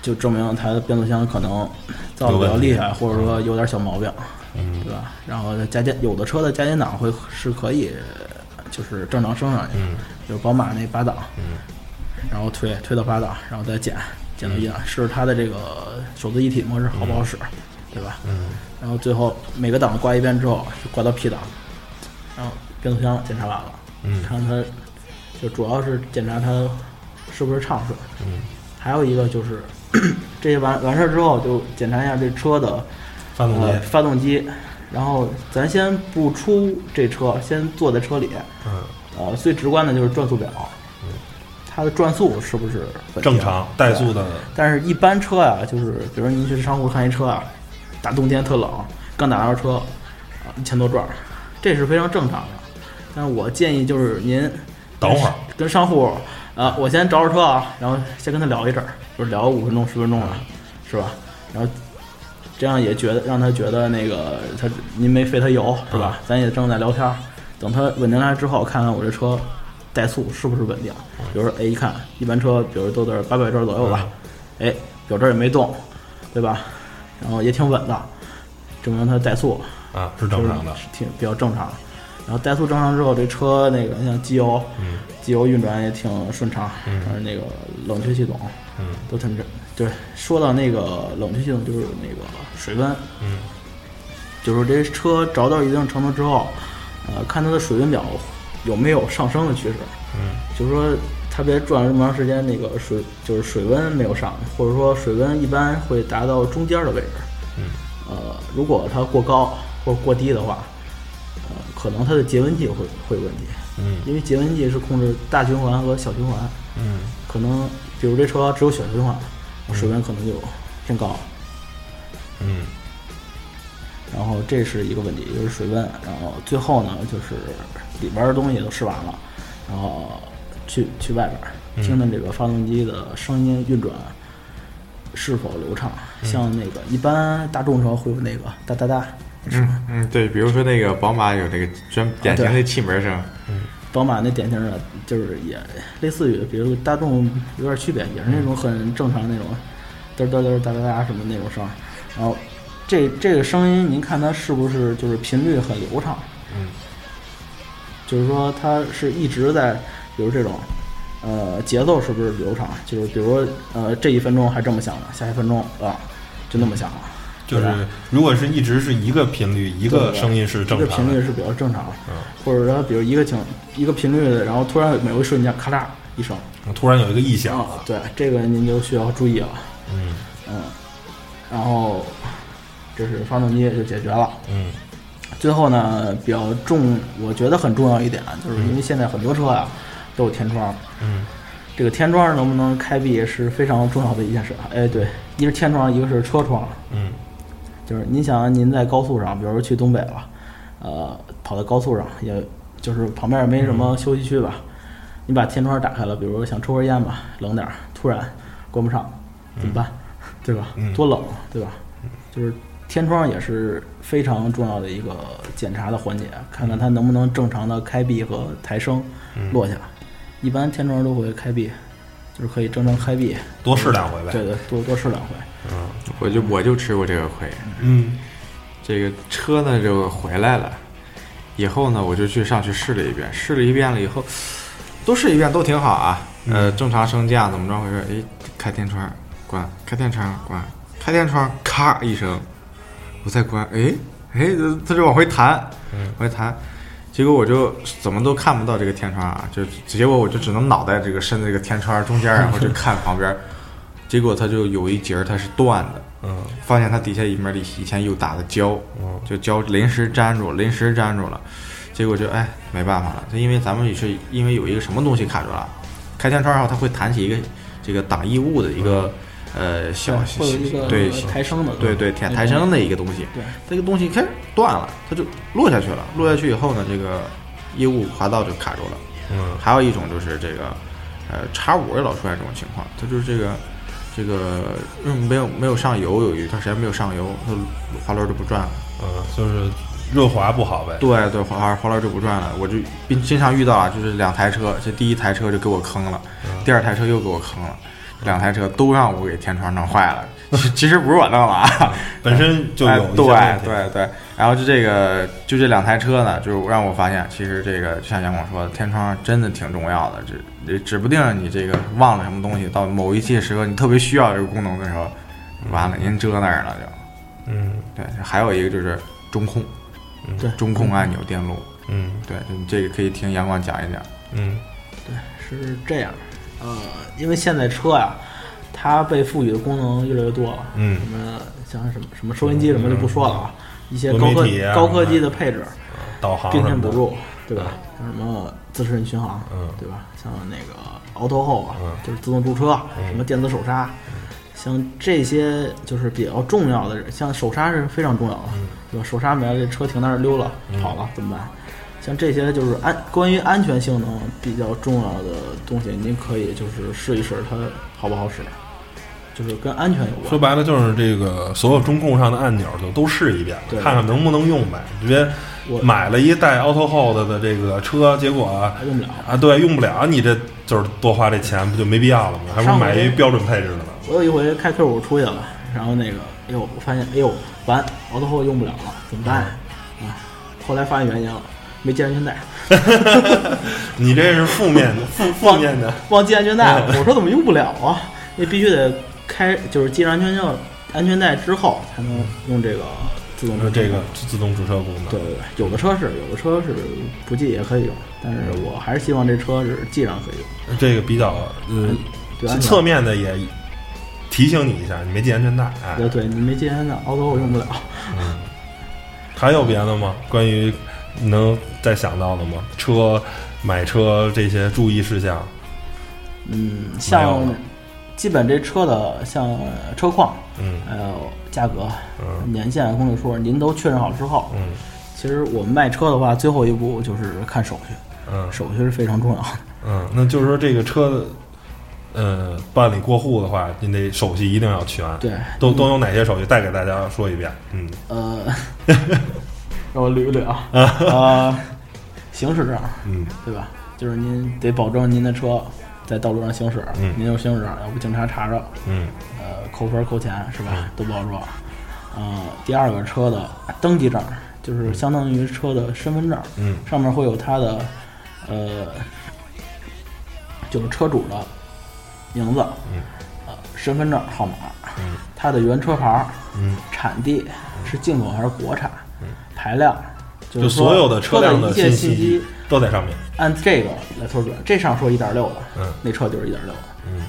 C: 就证明它的变速箱可能造的比较厉害，或者说有点小毛病，对吧？然后加减有的车的加减档会是可以，就是正常升上去，就是宝马那八档，然后推推到八档，然后再减减到一档，试试它的这个手自一体模式好不好使，对吧？嗯。然后最后每个档挂一遍之后，就挂到 P 档，然后变速箱检查完了，嗯，看它就主要是检查它是不是畅顺，嗯，还有一个就是 <clears throat> 这些完完事儿之后，就检查一下这车的
B: 发动机
C: 呃、发动机，然后咱先不出这车，先坐在车里，
B: 嗯，
C: 呃，最直观的就是转速表，它的转速是不是稳定
B: 正常
C: 啊
B: 怠速的，
C: 但是一般车啊，就是比如您去商户看一车啊，大冬天特冷，刚打完车，啊一千多转儿，这是非常正常的。但是我建议就是您
B: <laughs> 等会儿
C: 跟商户，啊，我先找找车啊，然后先跟他聊一阵儿，就是聊五分钟十分钟了，是吧？然后这样也觉得让他觉得那个他您没费他油是吧？咱也正在聊天儿，等他稳定下来之后，看看我这车怠速是不是稳定。比如说，哎，一看一般车，比如都在八百转左右吧，哎，表针也没动，对吧？然后也挺稳的，证明它怠速
B: 啊，是正常的
C: 就。是挺比较正常。然后怠速正常之后，这车那个像机油，
B: 嗯
C: 机油运转也挺顺畅，然后那个冷却系统，嗯，都挺正。对，说到那个冷却系统，就是那个水温，嗯，就是这车着到一定程度之后，呃，看它的水温表有没有上升的趋势，嗯，就是说它别转了这么长时间，那个水就是水温没有上，或者说水温一般会达到中间的位置，呃，如果它过高或者过低的话，呃，可能它的节温计会会有问题。嗯，因为节温计是控制大循环和小循环。嗯，可能比如这车只有小循环，水温可能就偏高。
B: 嗯，
C: 然后这是一个问题，就是水温。然后最后呢，就是里边的东西都试完了，然后去去外边儿听听这个发动机的声音运转是否流畅。像那个一般大众车会有那个哒哒哒，
D: <laughs> 嗯嗯，对，比如说那个宝马有那个专典型的气门声，
C: 宝马那典型的，就是也类似于，比如大众有点区别，也是那种很正常那种，嘚儿嘚儿嘚儿哒哒哒什么那种声儿。然后这这个声音，您看它是不是就是频率很流畅？嗯，就是说它是一直在，比如这种，呃，节奏是不是流畅？就是比如说，呃，这一分钟还这么响呢，下一分钟啊就那么响了，
B: 就
C: 对吧
B: 是如果是一直是一个频率一个
C: 对
B: 声音是正
C: 一个
B: 常
C: 频率
B: 的，嗯
C: 是比较正常的，或者说比如一个情一个频率的，然后突然某一瞬间咔嚓一声，
B: 突然有一个异响
C: 啊，对，这个您就需要注意了。
B: 嗯
C: 嗯，然后这是发动机就解决了。
B: 嗯
C: 最后呢，比较重，我觉得很重要一点，啊就是因为现在很多车啊都有天窗，
B: 嗯
C: 这个天窗能不能开闭是非常重要的一件事。哎，对，一是天窗，一个是车窗，
B: 嗯
C: 就是您想您在高速上，比如说去东北了，呃，跑到高速上，也就是旁边也没什
B: 嗯
C: 么休息区吧，你把天窗打开了，比如说想抽根烟吧，冷点儿，突然关不上，怎么办？对吧？
B: 嗯
C: 多冷啊，对吧？就是天窗也是非常重要的一个检查的环节，看看它能不能正常的开闭和抬升、落下。一般天窗都会开闭，就是可以正常开闭。
B: 多试两回呗。
C: 对对，多多试两回。
D: 我就我就吃过这个亏。
B: 嗯，
D: 这个车呢就回来了，以后呢我就去上去试了一遍，试了一遍了以后，都试一遍都挺好啊，呃，正常升降怎么着回事？哎，开天窗关，开天窗关，开天窗咔一声，我再关，哎哎，它就往回弹，往回弹。结果我就怎么都看不到这个天窗啊，就结果我就只能脑袋这个伸这个天窗中间，然后就看旁边，结果它就有一节儿它是断的，
B: 嗯，
D: 发现它底下一面以前有打的胶
B: 嗯，
D: 就胶临时粘住，临时粘住了，结果就哎没办法了，它因为咱们也是因为有一个什么东西卡住了，开天窗后它会弹起一个这个挡异物的一个、呃小
C: 会有一个
D: 对
C: 抬升的，嗯
D: 对对抬抬升的一个东西，
C: 对，
D: 这个东西开断了，它就落下去了，落下去以后呢，这个异物滑道就卡住了。
B: 嗯
D: 还有一种就是这个，呃，叉五也老出现这种情况，它就是这个，这个嗯没有没有上油，有一段时间没有上油，它滑轮就不转了。
B: 嗯，就是润滑不好呗。
D: 对对，滑滑轮就不转了。我就并经常遇到啊，就是两台车，这第一台车就给我坑了，第二台车又给我坑了，两台车都让我给天窗弄坏了。其其实不是我弄了啊，
B: 本身就有
D: 哎
B: 一些
D: 对
B: 问题
D: 对对，然后就这个就这两台车呢，就让我发现，其实这个就像杨广说的，天窗真的挺重要的，指指不定你这个忘了什么东西，到某一些时候你特别需要这个功能的时候，完了您遮那儿了就。
B: 嗯
D: 对，还有一个就是中控，
C: 对
D: 中控按钮电路，
B: 嗯
D: 对，就你这个可以听杨广讲一讲。
B: 嗯
C: 是这样。呃，因为现在车呀、它被赋予的功能越来越多了，
B: 嗯
C: 什么像什么什么收音机什么就不说了啊，一些高
B: 多
C: 科
B: 媒体啊
C: 高科技的配置，
B: 导航
C: 并
B: 什
C: 线
B: 么
C: 辅
B: 的
C: 助，对吧？像什么自适应巡航，
B: 嗯
C: 对吧？像那个凹头后啊
B: 嗯，
C: 就是自动驻车，什么电子手刹，像这些就是比较重要的，像手刹是非常重要的，
B: 嗯
C: 对吧？手刹没了，这车停那儿溜了，跑了怎么办？像这些就是安关于安全性能比较重要的东西，您可以就是试一试它好不好使，就是跟安全有关。
B: 说白了就是这个所有中控上的按钮就都试一遍
C: 对，
B: 看看能不能用呗。你别
C: 我
B: 买了一带 Auto Hold 的这个车，结果啊
C: 还用不了
B: 啊，对，用不了，你这就是多花这钱不就没必要了吗？还不如
C: 上回
B: 买一标准配置的呢。 <laughs>
C: 我有一回开 Q 五出去了，然后那个，哎呦，我发现，哎呦，完，奥特后用不了了，怎么办呀？啊，后来发现原因了，没系安全带，
B: 你这是负面的，负负面
C: <laughs>
B: 的，
C: 忘系安全带
B: 嗯
C: 了。我说怎么用不了啊？那必须得开，就是系上安全带，安全带之后才能用这个自动
B: 就
C: 车。
B: 这个自动驻车功能。
C: 对对对，有的车是，有的车是不系也可以用，但是我还是希望这车是系上可以用。
B: 这个比较
C: 对啊
B: 呃，
C: 安全
B: 侧面的也提醒你一下，你没系安全带。哎，
C: 对对，你没系安全带，奥特后用不了。
B: 还有别的吗？关于你能再想到的吗？车、买车这些注意事项。
C: 嗯，
B: 没有
C: 像
B: 了
C: 基本这车的像呃车况，
B: 嗯
C: 还有呃价格、
B: 嗯
C: 年限、公里数，您都确认好之后，
B: 嗯
C: 其实我们卖车的话，最后一步就是看手续，
B: 嗯
C: 手续是非常重要的。
B: 嗯，那就是说这个车的，呃，办理过户的话，你得手续一定要全。
C: 对
B: 都都有哪些手续？再给大家说一遍。嗯
C: 呃， <laughs> 让我捋一捋啊， <laughs> 呃，行驶证，
B: 嗯
C: 对吧？就是您得保证您的车在道路上行驶，
B: 嗯
C: 您有行驶证，要不警察查着，
B: 嗯
C: 呃，扣分儿扣钱是吧？都不好说。呃，第二个车的登记证儿，就是相当于车的身份证儿，
B: 嗯
C: 上面会有它的，呃，就是车主的名字，
B: 嗯
C: 呃，身份证儿号码，它的原车牌儿，
B: 嗯
C: 产地是进口还是国产，排量，就
B: 就是所有
C: 的
B: 的车辆
C: 的一切
B: 信
C: 信息
B: 息都在上面。
C: 按这个来说准，这上说一点六的，
B: 嗯
C: 那车就是一点六的，
B: 嗯，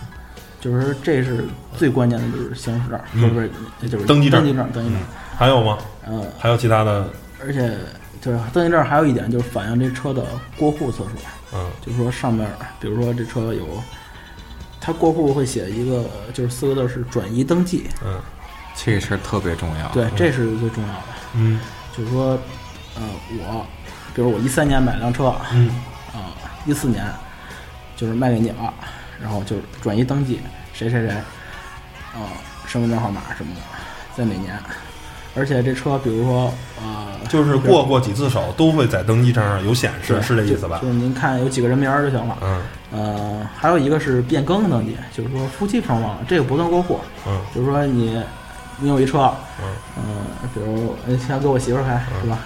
C: 就是这是最关键的，就是行驶证，不是不是，就是
B: 嗯登记证
C: 登记证，登记证，
B: 还有吗？
C: 嗯，
B: 还有其他的？
C: 而且就是登记证还有一点就是反映这车的过户次数，
B: 嗯
C: 就是说上面，比如说这车有，它过户会写一个就是四个字儿是转移登记，
B: 嗯
D: 这个事儿特别重要，
C: 对，这是最重要的，
B: 嗯
C: 就是说，呃，我，比如我一三年买辆车，
B: 嗯
C: 啊，一四年就是卖给你了，然后就是转移呃登记谁谁谁，啊，身份证号码什么的，在哪年，而且这车比如说呃，
B: 就是过过几次手都会在登记证上有显示，
C: 对
B: 是这
C: 就
B: 意思吧
C: 就？是您看有几个人名儿就行了。
B: 嗯
C: 呃，还有一个是变更登记，就是说夫妻双方这个不算过户，
B: 嗯
C: 就是说你你有一车，
B: 嗯
C: 呃，比如呃先给我媳妇儿开是吧？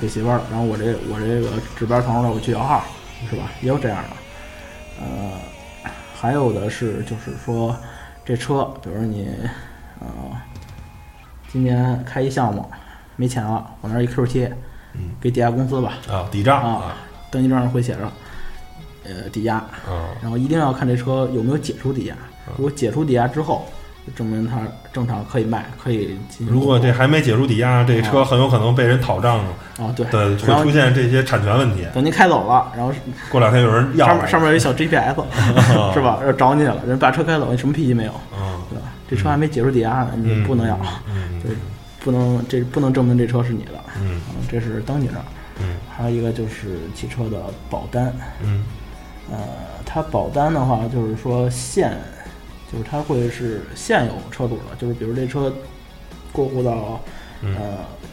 C: 给媳妇儿，然后我这我这个值班同事呢，我去摇号是吧？也有这样的。呃，还有的是就是说这车，比如你呃今年开一项目没钱了，我那儿一 Q 贴，给抵押公司吧
B: 嗯啊，抵账
C: 啊，登记证上会写着呃抵押，
B: 啊
C: 然后一定要看这车有没有解除抵押，
B: 嗯
C: 如果解除抵押之后，就证明它正常可以卖，可以进行。
B: 如果这还没解除抵押，这车很有可能被人讨账
C: 哦啊对，
B: 的，
C: 然
B: 会
C: 后
B: 出现这些产权问题。
C: 等您开走了，然后是
B: 过两天有人要
C: 上
B: 来
C: 面上面有一小
B: <laughs>
C: GPS 是吧？要找你了，人把车开走，你什么脾气没有？
B: 嗯
C: 对吧？这车还没解除抵押呢，你
B: 嗯
C: 不能要，
B: 嗯
C: 就是不能这不能证明这车是你的，
B: 嗯
C: 嗯，这是登记证。
B: 嗯
C: 还有一个就是汽车的保单，
B: 嗯
C: 呃，它保单的话，就是说现，就是它会是现有车主的，就是比如这车过户到，
B: 嗯
C: 呃，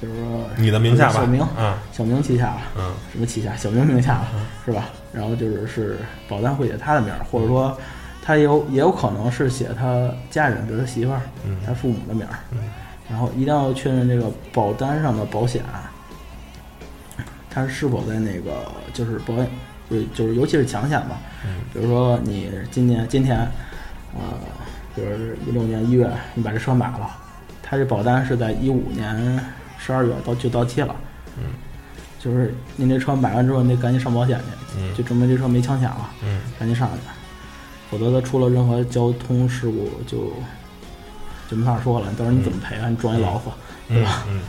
C: 比如说
B: 你的名下吧
C: 小明，
B: 嗯
C: 小明旗下了，
B: 嗯
C: 什么旗下，小明名下了，是吧？然后就是是保单会写他的名儿，或者说他有也有可能是写他家人，比如他媳妇儿、
B: 嗯
C: 他父母的名儿，然后一定要确认这个保单上的保险啊。它是否在那个就是保险，就是就是尤其是强险吧，
B: 嗯
C: 比如说你今年今天，呃，比如一六年一月你把这车买了，它这保单是在一五年十二月到就到期了，
B: 嗯，
C: 就是您这车买完之后，你得赶紧上保险去，
B: 嗯
C: 就证明这车没强险了，
B: 嗯
C: 赶紧上去，否则它出了任何交通事故就就没法说了，到时候你怎么赔啊？你撞一老虎，对
B: 嗯
C: 吧？
B: 嗯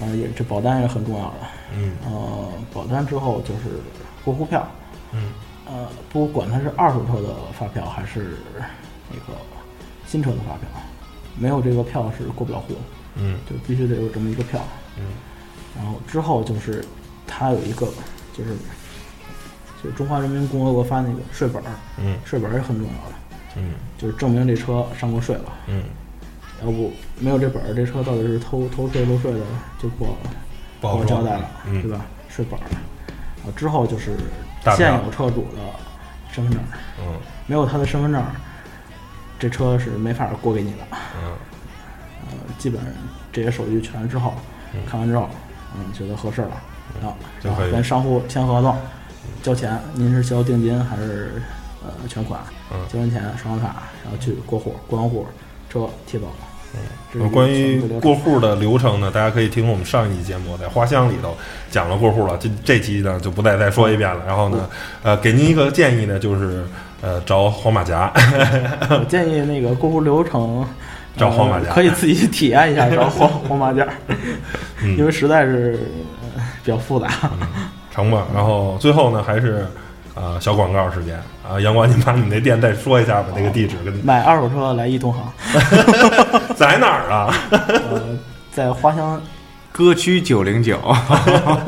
C: 啊，也这保单也很重要的。
B: 嗯
C: 呃，保单之后就是过户票，
B: 嗯
C: 呃，不管它是二手车的发票还是那个新车的发票，没有这个票是过不了户的，
B: 嗯
C: 就必须得有这么一个票。然后之后就是它有一个就是就是中华人民共和国发那个税本儿，
B: 嗯
C: 税本儿也很重要的，
B: 嗯
C: 就是证明这车上过税了。
B: 嗯，
C: 要不没有这本儿，这车到底是偷偷税漏税的，就不好
B: 不好
C: 好
B: 说
C: 交代了，
B: 嗯
C: 对吧？税本儿，啊，之后就是
B: 大
C: 现
B: 票
C: 有车主的身份证儿，
B: 嗯
C: 没有他的身份证儿，这车是没法过给你的。
B: 嗯
C: 呃，基本这些手续全之后，看完之后，嗯，觉得合适了，然后
B: 嗯就
C: 然后
B: 可以
C: 跟商户签合同，交钱，您是交定金还是呃全款？
B: 嗯
C: 交完钱刷完卡，然后去过户，过完户车提走。这是
B: 呃关
C: 全
B: 于
C: 部流程
B: 过户的流程呢，大家可以听我们上一期节目，在花香里头讲了过户了，这这期呢就不再再说一遍了。然后呢，呃，给您一个建议呢，就是呃找黄马甲，
C: 我建议那个过户流程
B: 找
C: 呃
B: 黄马甲
C: 可以自己去体验一下，找黄黄马甲，
B: 嗯
C: 因为实在是呃比较复杂。
B: 成吧。然后最后呢，还是啊、呃小广告时间啊、阳光，你把你那店再说一下吧，那个地址跟
C: 买二手车来易同行，
B: 在哪儿啊？
C: 呃，在花乡
D: 歌曲九
B: <laughs>
D: 零九，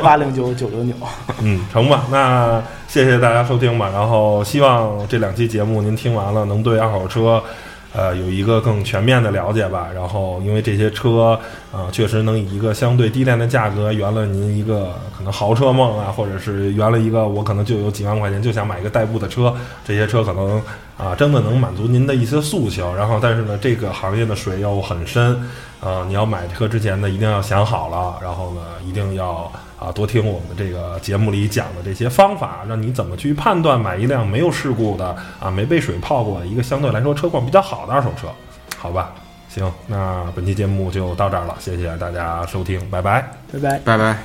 C: 八零九九零九，
B: 嗯，成吧。那谢谢大家收听吧。然后希望这两期节目您听完了，能对二手车。呃，有一个更全面的了解吧。然后，因为这些车，啊、确实能以一个相对低廉的价格圆了您一个可能豪车梦啊，或者是圆了一个我可能就有几万块钱就想买一个代步的车。这些车可能啊、真的能满足您的一些诉求。然后，但是呢，这个行业的水又很深，啊、你要买车之前呢，一定要想好了，然后呢，一定要啊多听我们这个节目里讲的这些方法，让你怎么去判断买一辆没有事故的啊没被水泡过的一个相对来说车况比较好的二手车，好吧？行，那本期节目就到这儿了，谢谢大家收听，拜拜。
C: 拜拜。
D: 拜拜。